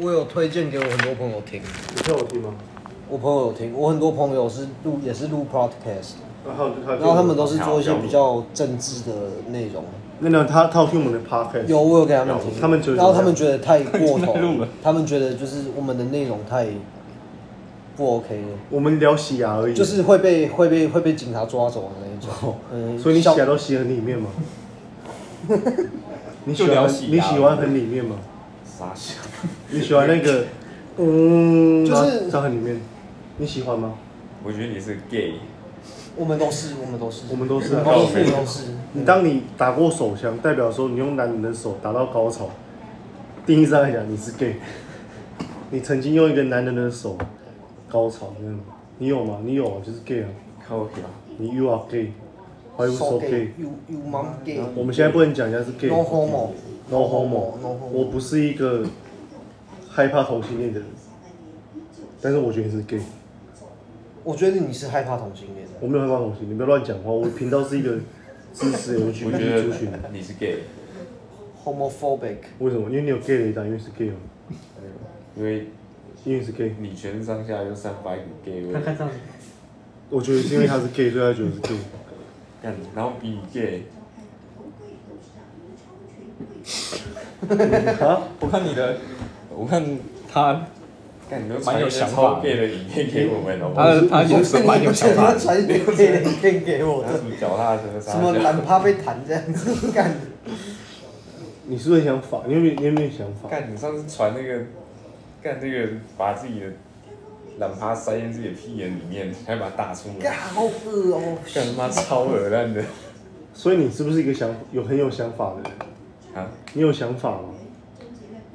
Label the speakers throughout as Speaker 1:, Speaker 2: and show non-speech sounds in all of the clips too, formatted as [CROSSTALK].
Speaker 1: 我有推荐给我很多朋友听，
Speaker 2: 你看我听吗？
Speaker 1: 我朋友有听，我很多朋友是录也是录 podcast，
Speaker 2: 然后他
Speaker 1: 然后他们都是做一些比较政治的内容。
Speaker 2: 那个他他有听我们的 podcast，
Speaker 1: 有，我有给他们听，
Speaker 2: 有他们觉得
Speaker 1: 然后他们觉得太过头
Speaker 3: 太入门，
Speaker 1: 他们觉得就是我们的内容太不 OK 了，
Speaker 2: 我们聊洗牙而已，
Speaker 1: 就是会被会被会被警察抓走的那一种。嗯，
Speaker 2: 所以你洗
Speaker 1: 像
Speaker 2: 牙都洗很里面
Speaker 1: [LAUGHS]
Speaker 2: 吗？你喜
Speaker 3: 就聊
Speaker 2: 欢
Speaker 3: 洗牙
Speaker 2: 你喜欢很里面吗？
Speaker 3: 傻笑，
Speaker 2: 你喜欢那个嗯，
Speaker 1: 就是
Speaker 2: 然后在很里面，你喜欢吗？
Speaker 3: 我觉得你是 gay，
Speaker 1: 我们都是，我们都是，
Speaker 2: 我们都是
Speaker 1: 我们
Speaker 2: 啊
Speaker 1: 都
Speaker 3: 我们
Speaker 1: 是，我们都是。
Speaker 2: 你当你打过手枪，代表说你用男人的手达到高潮，定义上来讲你是 gay。你曾经用一个男人的手高潮，这样吗你有吗？你有啊，就是 gay 啊，
Speaker 3: 看我表，
Speaker 2: 你 you are gay，why you so gay？
Speaker 1: you you mom gay
Speaker 2: 我们现在不能讲人家是 gay。
Speaker 1: no homo
Speaker 2: No homo，
Speaker 1: no homo
Speaker 2: 我不是一个害怕同性恋的人，但是我觉得你是 gay，
Speaker 1: 我觉得你是害怕同性恋的，
Speaker 2: 我没有害怕同性，你不要乱讲话。我频道是一个支持
Speaker 3: 我觉得
Speaker 2: LGBT 族群的，
Speaker 3: 你是 gay，
Speaker 1: homophobic
Speaker 2: 为什么？因为你有 gay 的一档，因为是 gay 哦，
Speaker 3: 因为
Speaker 2: 因为你是 gay。
Speaker 3: 你全身上下就散发一股 gay 味
Speaker 4: 看，看这样子，
Speaker 2: 我觉得是因为他是 gay，所以他觉得是 gay。
Speaker 1: [LAUGHS]
Speaker 3: 干然后比你 gay，
Speaker 2: 啊？
Speaker 3: 我看你的，我看他，干你都传
Speaker 4: 蛮有
Speaker 3: 一些
Speaker 4: 想
Speaker 3: 超
Speaker 4: 法哎
Speaker 3: gay 的影片给我们了，
Speaker 4: 他的他眼神蛮有想法的。
Speaker 1: 传一点给片给我
Speaker 3: 拿
Speaker 1: 的
Speaker 3: 什，么脚踏车，
Speaker 1: 什么懒趴被弹这样子，干
Speaker 2: 你是不是很想法？你有没有你有没有想法？
Speaker 3: 干，你上次传那个，干那个把自己的懒趴塞进自己的屁眼里面，还把它打出
Speaker 1: 干
Speaker 3: 来，
Speaker 1: 好恶哦。
Speaker 3: 干他妈超恶烂的
Speaker 2: 所以你是不是一个想有很有想法的人？
Speaker 3: 啊！
Speaker 2: 你有想法吗？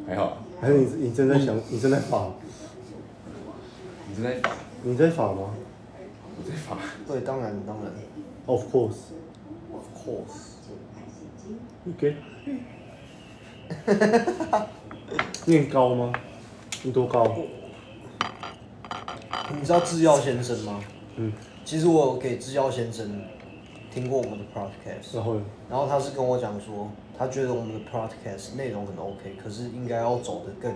Speaker 3: 还好，
Speaker 2: 还是你你正在想？你正在法？
Speaker 3: 你正在
Speaker 2: 你在法吗
Speaker 3: 我在发
Speaker 1: 对，当然当然
Speaker 2: ？Of course。
Speaker 1: ，of course。
Speaker 2: 你 gay？你很高吗？你多高？
Speaker 1: 你知道制药先生吗？
Speaker 2: 嗯，
Speaker 1: 其实我有给制药先生听过我们的 podcast，
Speaker 2: 然后呢
Speaker 1: 然后他是跟我讲说，他觉得我们的 podcast 内容很 OK，可是应该要走得更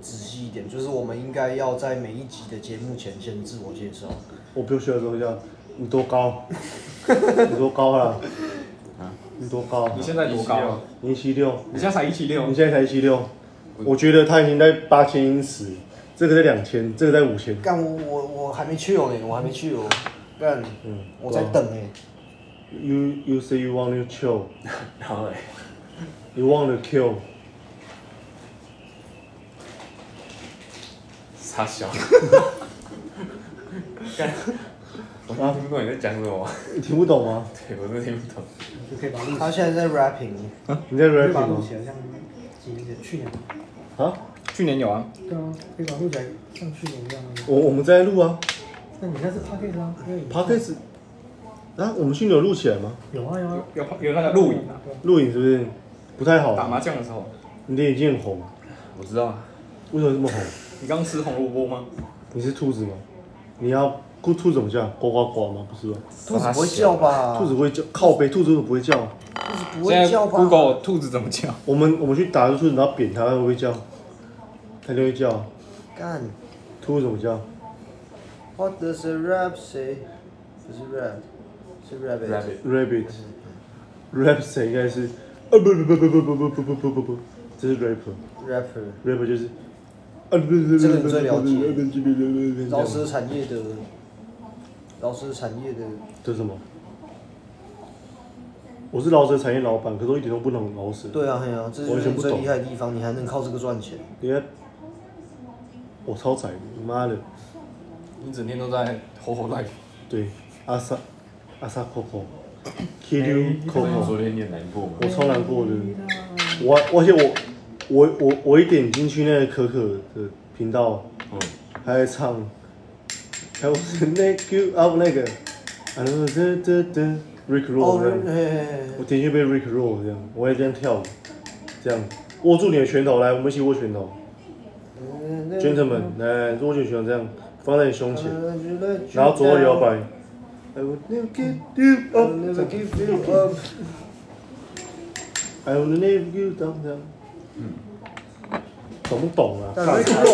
Speaker 1: 仔细一点，就是我们应该要在每一集的节目前先自我介绍。
Speaker 2: 我不需要说一下，你多高？你多高啦？你多高？
Speaker 4: 你现在多高啊？
Speaker 2: 你一七六？
Speaker 4: 你现在才一七六
Speaker 2: 你，现在才一七六，我觉得他已经在八千英尺，这个在两千，这个在五千。
Speaker 1: 干我我我还没去哦呢，我还没去哦，干，
Speaker 2: 嗯
Speaker 1: 我在等哎，
Speaker 2: You you say you want to chill,
Speaker 3: 然后嘞，
Speaker 2: you want to kill。
Speaker 3: 傻笑。干，我真的听不懂你在讲什么，
Speaker 2: 你听不懂吗？
Speaker 3: 对我真的听不懂。
Speaker 4: 就可以把它
Speaker 2: 啊
Speaker 4: 录，
Speaker 1: 他现在在 rapping，
Speaker 2: 你在
Speaker 4: 可以把它
Speaker 2: rapping
Speaker 4: 录
Speaker 2: 吗
Speaker 4: 起？来，像几年前去年，
Speaker 2: 啊，
Speaker 4: 去年有啊。对啊，可以把它录起来，像去年一样啊。
Speaker 2: 我我们在录啊
Speaker 4: 那你那是 p o c a s t 啊，因为你
Speaker 2: ，podcast 啊，我们去有录起来吗？
Speaker 4: 有啊有啊，
Speaker 3: 有有那个录影，
Speaker 4: 啊，对啊
Speaker 2: 录影是不是不太好、啊
Speaker 4: 打麻将的时候，
Speaker 2: 你的眼睛很红，
Speaker 3: 我知道啊，
Speaker 2: 为什么这么红？
Speaker 4: 你刚吃红萝卜吗？
Speaker 2: 你是兔子吗？你要兔兔子怎么叫？呱呱呱吗？不是吧？
Speaker 1: 兔子不会叫吧？
Speaker 2: 兔子会叫，靠背，兔子不会叫。啊
Speaker 1: 兔子不
Speaker 4: 现
Speaker 1: 会
Speaker 4: 在
Speaker 1: 叫吧
Speaker 4: Google 兔子怎么叫？
Speaker 2: 我们我们去打兔子，然后扁它，它会不会叫？它就会叫。
Speaker 1: 干
Speaker 2: 兔子怎么叫？
Speaker 1: ，What does a rap say？不是 rap，是 rabbit。
Speaker 3: Rabbit
Speaker 2: rabbit [LAUGHS] rap 谁应该是啊不不不不不不不不不不不，这是 rapper
Speaker 1: rapper，
Speaker 2: rapper 就是啊不不不不不 [LAUGHS] 不
Speaker 1: 饶
Speaker 2: 不不
Speaker 1: 舌产业的，饶舌产业的，
Speaker 2: 这是什么？我是饶舌产业老板，可是我一点都不能饶舌。，
Speaker 1: 对啊，嘿啊，这
Speaker 2: 完
Speaker 1: 是
Speaker 2: 全
Speaker 1: 你
Speaker 2: 不
Speaker 1: 最
Speaker 2: 懂
Speaker 1: 厉害的地方，你还能靠这个赚钱。
Speaker 2: 你看，我超宅的，妈的，
Speaker 3: 你整天都在吼吼 life。
Speaker 2: 对，阿萨阿萨 Coco Kill Coco，
Speaker 3: 昨天哎你很哎难过吗？
Speaker 2: 我超难过的。我而且我我我我一点进去那个可可的频道，
Speaker 3: 嗯，
Speaker 2: 还在唱，还有是 Make You Up 那个，啊，那个哒哒哒 Rick
Speaker 3: 哦
Speaker 2: Roll 这
Speaker 1: 哦嘿
Speaker 2: 样，
Speaker 1: 嘿嘿
Speaker 2: 我的确被 Rick Roll 这样，我也这样跳舞，这样握住你的拳头，来，我们一起握拳头
Speaker 1: 嘿
Speaker 2: ，Gentlemen，来握住拳头这样，放在你胸前，
Speaker 1: 嗯
Speaker 2: 然后左右摇摆。I will never give you
Speaker 1: I'll
Speaker 2: up，
Speaker 1: never give you up.
Speaker 2: I will never give you down，这样。懂不懂啊？
Speaker 1: 但 Ricky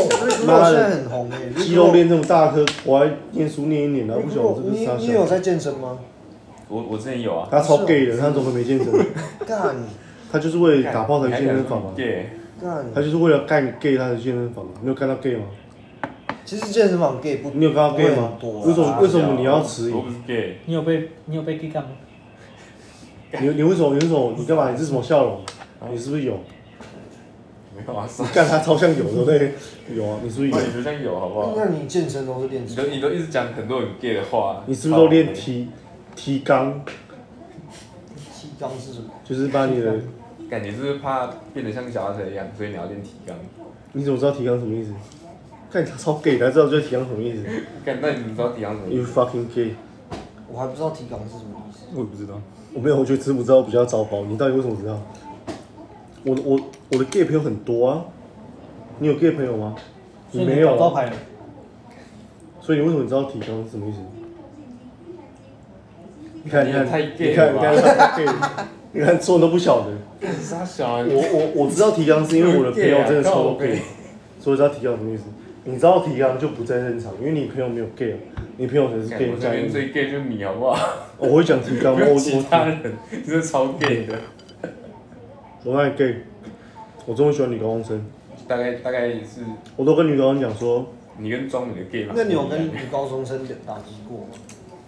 Speaker 1: 现在很红诶、欸，
Speaker 2: 肌肉练这么大颗，我还念书念一年了，
Speaker 1: 你
Speaker 2: 不晓得这个是
Speaker 1: 你
Speaker 2: 啥
Speaker 1: 你有
Speaker 2: 小孩。
Speaker 1: 在健身吗？ [LAUGHS]
Speaker 3: 我我之前有啊，
Speaker 2: 他超 gay 的，他怎么会没健身？
Speaker 1: 干
Speaker 2: 他就是为了打炮才去健身房嘛
Speaker 3: 嘛。，对，
Speaker 1: 干，
Speaker 2: 他就是为了干 gay 他才去健身房嘛。你有看到 gay 吗？
Speaker 1: 其实健身房 gay 不，
Speaker 2: 你有看到 gay 吗
Speaker 1: 不会很多啦啊
Speaker 2: 为什么为什么你要迟疑
Speaker 3: 我不是 gay，
Speaker 5: 你有被你有被 gay 干吗？
Speaker 2: 你你为什么你为什么你干嘛？你是什么笑容？你是不是有？
Speaker 3: 没有啊，是
Speaker 2: 干他超像有，对不对？有啊，你是不是有
Speaker 3: 那？你就像有好不好？
Speaker 1: 那你健身都是练
Speaker 3: 你
Speaker 1: 什
Speaker 3: 都
Speaker 1: 么？
Speaker 3: 你都一直讲很多很 gay 的话，
Speaker 2: 你是不是都练
Speaker 3: 好？
Speaker 2: 提提肛？
Speaker 1: 提纲是什么？
Speaker 2: 就是把你的，
Speaker 3: 感觉就是怕变得像小阿车一样，所以你要练提纲。
Speaker 2: 你怎么知道提肛什么意思？干他超 gay，他知道这提肛什么意思
Speaker 3: 干，那你怎么知道提纲什么意
Speaker 2: ？You
Speaker 3: 思？
Speaker 2: fucking gay！
Speaker 1: 我还不知道提纲是什么意思。
Speaker 3: 我也不知道。
Speaker 2: 我没有，我觉得知不知道比较糟糕。你到底为什么知道？我的我我的 gay 朋友很多啊，你有 gay 朋友吗？
Speaker 5: 所以
Speaker 2: 没有
Speaker 5: 搞招
Speaker 2: 啊，
Speaker 5: 牌了，
Speaker 2: 所以你为什么知道提纲是什么意思？你看，
Speaker 3: 你
Speaker 2: 你
Speaker 3: 也
Speaker 2: 看，
Speaker 3: 太
Speaker 2: 你
Speaker 3: gay
Speaker 2: 看，
Speaker 3: 了
Speaker 2: 你
Speaker 3: 吧
Speaker 2: 看，太 gay，了你看，所有人都不晓得。
Speaker 3: 傻小啊，
Speaker 2: 我我我知道提纲是因为我的朋友
Speaker 3: [LAUGHS]
Speaker 2: 真的超多 gay，所以我知道提纲什么意思。你知道提纲就不在现场，因为你朋友没有 gay，啊你朋友才是
Speaker 3: 干
Speaker 2: gay
Speaker 3: 我这
Speaker 2: 在哦
Speaker 3: 边最 gay 就是你好不好？
Speaker 2: 我会讲提纲，
Speaker 3: [LAUGHS] 没
Speaker 2: 我
Speaker 3: 有其他
Speaker 2: 我
Speaker 3: 人，你是超 gay 的。
Speaker 2: 我爱 gay，我这么喜欢女高中生，
Speaker 3: 大概大概是
Speaker 2: 我都跟女高中生讲说
Speaker 3: 你跟庄美的 gay 吧？
Speaker 1: 那你有跟女高中生打击过吗？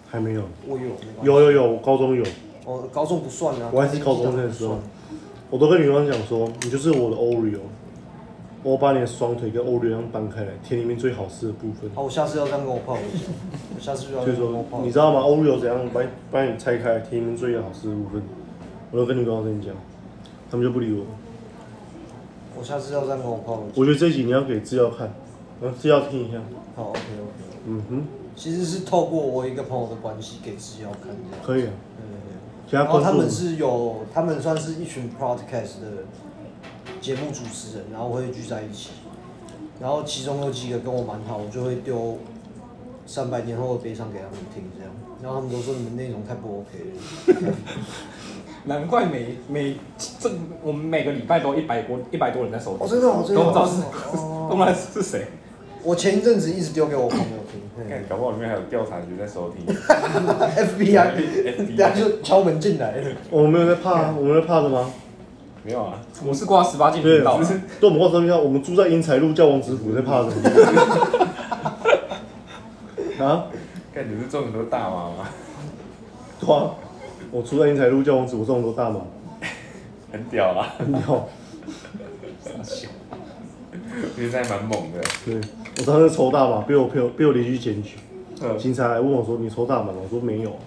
Speaker 2: 还没有，
Speaker 1: 我有，没关系
Speaker 2: 有有有，我高中有，
Speaker 1: 我高中不算啊。
Speaker 2: 我还是高中的时候我都跟女高中生讲说，你就是我的 Oreo，我把你的双腿跟 Oreo 一样搬开来，甜里面最好吃的部分。
Speaker 1: 好，我下次要这样跟我朋友讲，我下次就要
Speaker 2: 所
Speaker 1: 这
Speaker 2: 以
Speaker 1: 样跟我
Speaker 2: 说，
Speaker 1: 朋
Speaker 2: 你
Speaker 1: 友
Speaker 2: 知道吗？Oreo 怎样把你把你拆开，甜里面最好吃的部分，我都跟女高中生讲，他们就不理我。
Speaker 1: 我下次要这样跟我朋友讲。
Speaker 2: 我觉得这一集你要给资料看，然后资料听一下。
Speaker 1: 好，OK OK。
Speaker 2: 嗯哼，
Speaker 1: 其实是透过我一个朋友的关系给资料看这样。
Speaker 2: 可以啊。
Speaker 1: 对对对。
Speaker 2: 其他
Speaker 1: 然后
Speaker 2: 关
Speaker 1: 哦他
Speaker 2: 注我
Speaker 1: 们是有，他们算是一群 podcast 的节目主持人，然后会聚在一起。然后其中有几个跟我蛮好，我就会丢三百年后的悲伤给他们听，这样。然后他们都说你们内容太不 OK 了。
Speaker 5: 难怪每每这我们每个礼拜都一百多一百多人在收听，
Speaker 1: 哦真的哦真的哦
Speaker 5: 都不知道是
Speaker 1: 哦
Speaker 5: 都不知道是谁，
Speaker 1: 我前一阵子一直丢给我朋友听 [LAUGHS] 嘿
Speaker 2: [LAUGHS]
Speaker 3: 干，搞不好里面还有调查局在收听。
Speaker 1: ，FBI，等下啊就敲门进来。
Speaker 2: 我们没有在怕啊，我们在怕什么？
Speaker 3: 没有啊，
Speaker 5: 我是挂十八禁
Speaker 2: 对
Speaker 5: 频道，，
Speaker 2: 对我们话说一下，我们住在英才路叫王子府，在怕什么？ [LAUGHS] 啊，
Speaker 3: 干你是中很多大麻吗？
Speaker 2: 对啊，我住在英才路叫王子府，这么
Speaker 1: [LAUGHS]
Speaker 2: 多大吗？
Speaker 3: 很屌啊，
Speaker 2: 你好，
Speaker 3: 其实还蛮猛的。
Speaker 2: 对我上次抽大麻，被我朋友被我邻居检举，
Speaker 3: 嗯
Speaker 2: 警察来问我说你抽大麻吗？我说没有啊。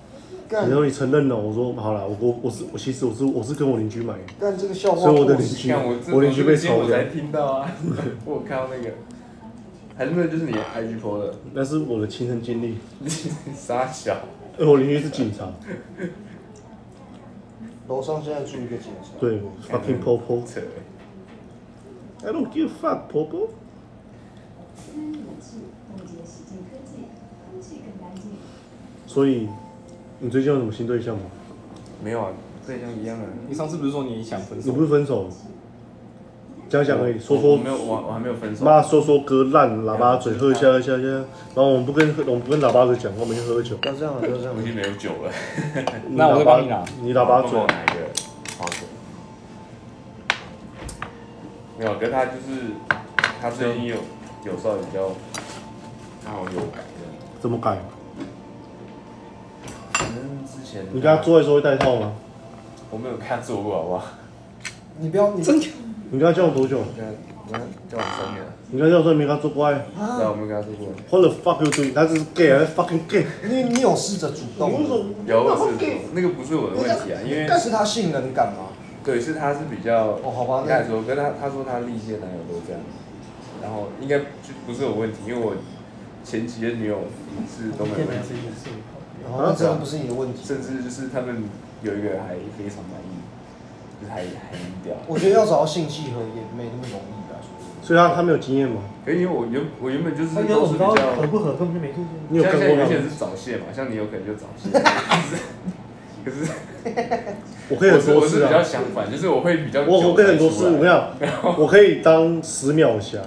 Speaker 1: 干
Speaker 2: 然后你承认了，我说好啦，我我我是我其实我是我是跟我邻居买的，
Speaker 1: 但这个笑话，
Speaker 2: 所以我的邻居
Speaker 3: 看我这
Speaker 2: 我邻居被
Speaker 3: 今天
Speaker 2: 抽
Speaker 3: 我才
Speaker 2: 掉，
Speaker 3: 听到啊，我有看到那个，还是那就是你的 IG po 的，
Speaker 2: 那是我的亲身经历。
Speaker 3: 你 [LAUGHS] 傻小，
Speaker 2: 而我邻居是警察，
Speaker 1: 楼上现在住一个警察。
Speaker 2: 对，fucking popo。
Speaker 3: 扯欸。
Speaker 2: I don't give a fuck popo。所以，你最近有什么新对象吗？
Speaker 3: 没有啊，这像一样啊。
Speaker 5: 你上次不是说你想分
Speaker 2: 你
Speaker 5: 手
Speaker 2: 不？是分手？讲讲而已，说
Speaker 3: 我
Speaker 2: 说
Speaker 3: 我没有，我我还没有分手。
Speaker 2: 妈说说歌烂喇叭嘴，喝一下喝一下喝一下。然后我们不跟我们不跟喇叭嘴讲话，我们去喝酒。
Speaker 1: 不要这样了，不要这样
Speaker 3: 我
Speaker 1: 了。
Speaker 3: 已经没有酒了。
Speaker 5: 那我就帮你拿
Speaker 2: 你喇叭
Speaker 3: 帮
Speaker 2: 嘴
Speaker 3: 我拿一个，好的。没有，可是他就是他最近有有时候比较，他好像有改的。
Speaker 2: 怎么改？
Speaker 3: 反正之前
Speaker 2: 你跟他做的时候会戴套吗？
Speaker 3: 我没有跟他做过，好不好？
Speaker 1: 你不要，你真
Speaker 2: 你跟他交往多久？
Speaker 3: 跟他叫我三年了，
Speaker 2: 你跟他交往多久没跟他做过爱
Speaker 3: 对啊，我没有跟他做过。
Speaker 2: ？What the fuck you doing？他是 gay 还是 fucking gay？
Speaker 1: 你你有试着主
Speaker 2: 你
Speaker 1: 动
Speaker 2: 为
Speaker 1: 吗
Speaker 2: 什？么？
Speaker 3: 有我是那个不是我的问题啊，因为
Speaker 1: 但是他性能感嘛，
Speaker 3: 对是他是比较，
Speaker 1: 哦好吧那
Speaker 3: 他也说，跟他他说他历届男友都这样，然后应该就不是有问题，因为我前几任女友是都没有问题。
Speaker 1: 然后那真的不是你的问题。
Speaker 3: 甚至就是他们有一个还非常满意，就是还还很屌。
Speaker 1: 我觉得要找到性契合也没那么容易啊。
Speaker 2: 所以他他没有经验吗？
Speaker 3: 可因为我原我原本就是
Speaker 5: 他
Speaker 3: 都
Speaker 5: 跟我
Speaker 3: 是比
Speaker 5: 们知道
Speaker 3: 较，
Speaker 5: 合不合根本就没注意。
Speaker 2: 你有
Speaker 3: 像
Speaker 2: 看
Speaker 3: 像
Speaker 2: 过
Speaker 3: 有
Speaker 2: 他
Speaker 3: 些
Speaker 2: 吗 [LAUGHS]
Speaker 3: 人？是早泄嘛，像你有可能就早泄，可是
Speaker 2: 我可以
Speaker 3: 我
Speaker 2: 很
Speaker 3: 是
Speaker 2: 多
Speaker 3: 我是
Speaker 2: 事
Speaker 3: 比较
Speaker 2: 啊，
Speaker 3: 相反，就是我会比较久
Speaker 2: 我我可以很多
Speaker 3: 才
Speaker 2: 事，
Speaker 3: 出来
Speaker 2: 我跟你讲，我可以当十秒侠，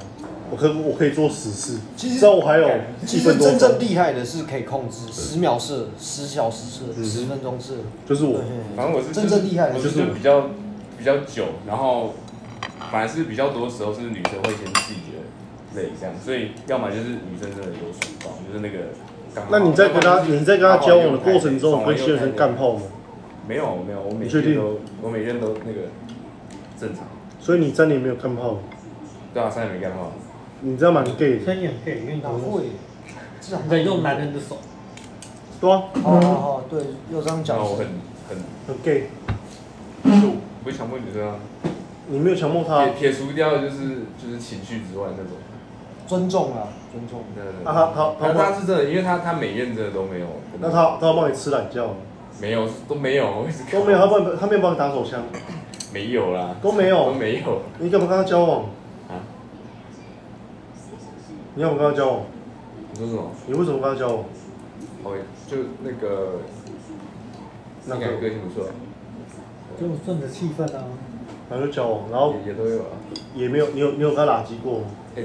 Speaker 2: 我可我可以做十事，
Speaker 1: 其实
Speaker 2: 这样我还有
Speaker 1: 其
Speaker 3: 嗯
Speaker 2: 七
Speaker 1: 实
Speaker 2: 分多
Speaker 1: 真正
Speaker 2: 钟，
Speaker 1: 厉害的是可以控制十秒射、十小时射、
Speaker 2: 嗯
Speaker 1: 十分钟射。
Speaker 2: 就是我
Speaker 1: 对
Speaker 3: 反正我是
Speaker 1: 真正厉害的
Speaker 3: 我
Speaker 1: 就是是
Speaker 3: 就
Speaker 1: 我
Speaker 3: 比较比较久，然后反而是比较多时候是女生会先自己觉得累这样，所以要么就是女生真的有爽到，就是那个刚好。
Speaker 2: 那你在跟他
Speaker 3: 要不然就是
Speaker 2: 你在跟他交往的过程
Speaker 3: 爽
Speaker 2: 中，
Speaker 3: 完
Speaker 2: 跟
Speaker 3: 又
Speaker 2: 新人生
Speaker 3: 太累
Speaker 2: 干炮吗？
Speaker 3: 没有没有，我每
Speaker 2: 你确
Speaker 3: 天
Speaker 2: 定
Speaker 3: 都我每天都那个正常。
Speaker 2: 所以你三年没有干炮，
Speaker 3: 对啊，三年没干的话，
Speaker 2: 你这样蛮 gay 的，
Speaker 4: 真眼配，因为
Speaker 1: 哪
Speaker 4: 我们
Speaker 1: 会？这样
Speaker 4: 人用男人的手，
Speaker 2: 对啊，
Speaker 1: 哦哦哦，对，又这样
Speaker 3: 然
Speaker 1: 讲
Speaker 3: 后我很很，
Speaker 2: 很 gay，
Speaker 3: 就是我不会强迫女生啊，
Speaker 2: 你没有强迫他
Speaker 3: 撇，撇除掉就是就是情绪之外那种。
Speaker 1: 尊重啊，尊重。
Speaker 3: 那
Speaker 2: 啊他他
Speaker 3: 那他是真的，因为他他每任真的都没有。
Speaker 2: 那他他要帮你吃懒觉吗，
Speaker 3: 没有都没有，我一直看
Speaker 2: 都没有，他帮你他没有帮你打手枪，
Speaker 3: 没有啦，
Speaker 2: 都没有
Speaker 3: 都没有
Speaker 2: 你干嘛跟他交往？
Speaker 3: 啊！
Speaker 2: 你要不跟他交往？
Speaker 3: 你说什么？
Speaker 2: 你为什么跟他交往？
Speaker 3: 哦，就那个，
Speaker 2: 那
Speaker 3: 那
Speaker 2: 个
Speaker 3: 个个性不错，
Speaker 4: 就顺着气氛啊。
Speaker 2: 然后就交往，然后
Speaker 3: 也也都有啊。
Speaker 2: 也没有，你有你有跟他垃圾过吗？
Speaker 3: 哎，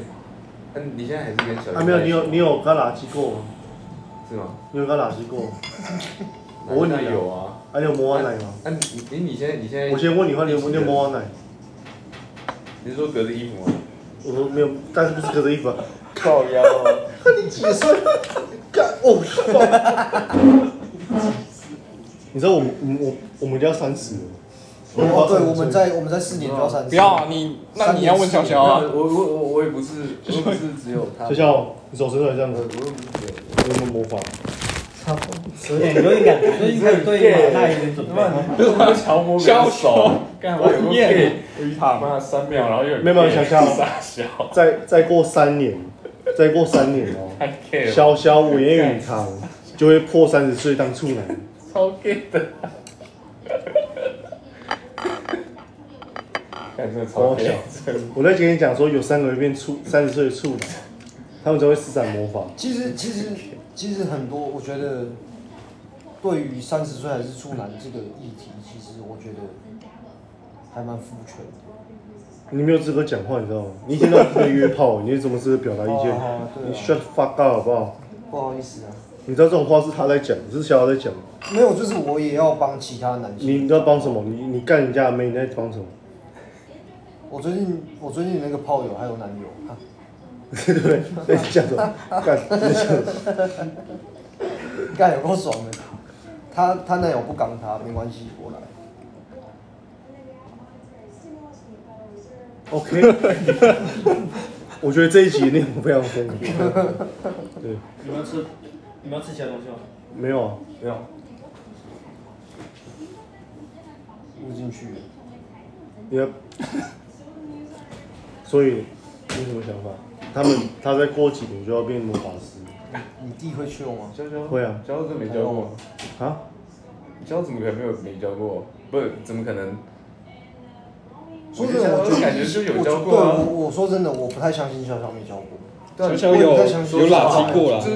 Speaker 3: 那你现在还是跟小
Speaker 2: 啊，没有，你有你有跟他垃圾过吗？
Speaker 3: 是吗？
Speaker 2: 你有跟他垃圾过吗？我问你啊
Speaker 3: 那有啊。
Speaker 2: 啊，你有摸完奶吗？
Speaker 3: 那你你你现在你现在
Speaker 2: 我先问你，话，你有你有摸完奶？
Speaker 3: 你是说隔着衣服吗？
Speaker 2: 我说没有，但是不是隔着衣服啊？
Speaker 3: 靠腰啊！
Speaker 2: 你几岁？干哦！你知道我们我我我们家三十了，
Speaker 1: 哦，对，我们在我们在四年就要三十。
Speaker 5: 不要啊你，那你要问小小啊。
Speaker 3: 我我我我也不是，我又不是只有他。
Speaker 2: 学校，你手伸出来这样
Speaker 3: 我我
Speaker 2: 子，
Speaker 3: 又不是只有
Speaker 2: 有没有魔法？
Speaker 4: 差不多，有点有点感 [LAUGHS] 觉，就是开始对马大有点准备。
Speaker 3: 我乔摸
Speaker 5: 小
Speaker 3: 手，干我有
Speaker 5: 讨
Speaker 3: 个
Speaker 5: 厌
Speaker 3: gay，妈三秒，然后又
Speaker 2: 没有没有想象
Speaker 3: 傻笑，
Speaker 2: 再再过三年， [LAUGHS] 再过三年哦，
Speaker 1: 哎
Speaker 3: 太 gay 了，
Speaker 2: 小小五言语堂就会破三十岁当处男。
Speaker 3: 超 gay 的。干这个超
Speaker 2: 我
Speaker 3: gay，
Speaker 2: 小，我在跟你讲说，有三个会变处三十岁的处男，他们就会施展魔法。
Speaker 1: 其实其实其实很多，我觉得对于三十岁还是处男这个议题，其实我觉得还蛮父权的。
Speaker 2: 你没有资格讲话，你知道吗？你一天到晚在约炮， [LAUGHS] 你怎么资格表达意见
Speaker 1: 哦对啊？
Speaker 2: 你 shut fuck up 好不好？
Speaker 1: 不好意思啊，
Speaker 2: 你知道这种话是他在讲，是小小在讲。
Speaker 1: 没有，就是我也要帮其他男
Speaker 2: 你
Speaker 1: 性。
Speaker 2: 你在帮什么？你你干人家的妹，你在帮什么？ [LAUGHS]
Speaker 1: 我最近我最近那个炮友还有男友，啊
Speaker 2: 对不对？在讲什么？干在讲什么？
Speaker 1: 干有够爽的。他他男友不刚他，没关系，我来。
Speaker 2: OK，我觉得这一集内容非常丰富。对，
Speaker 4: 你们吃，你们要吃其他东西吗？
Speaker 2: 没有啊，
Speaker 5: 没有，
Speaker 1: 录进去了，
Speaker 2: 你要，所以你有什么想法？他们他再过几年就要变魔法师
Speaker 1: 你弟会去吗？
Speaker 3: 娇娇
Speaker 2: 会啊
Speaker 3: 娇娇真没教过，
Speaker 2: 啊？
Speaker 3: 娇娇怎么可能没有没教过？不是，怎么可能？
Speaker 1: 说
Speaker 3: 我
Speaker 1: 真
Speaker 3: 觉
Speaker 1: 的，
Speaker 3: 得
Speaker 1: 我觉
Speaker 3: 娇娇
Speaker 1: 得
Speaker 3: 感觉就有教
Speaker 1: 对
Speaker 3: 过啊
Speaker 1: 我，我说真的，我不太相信小小没教过。
Speaker 5: 小
Speaker 3: 对啊
Speaker 5: 小有有垃圾过了
Speaker 3: 就。是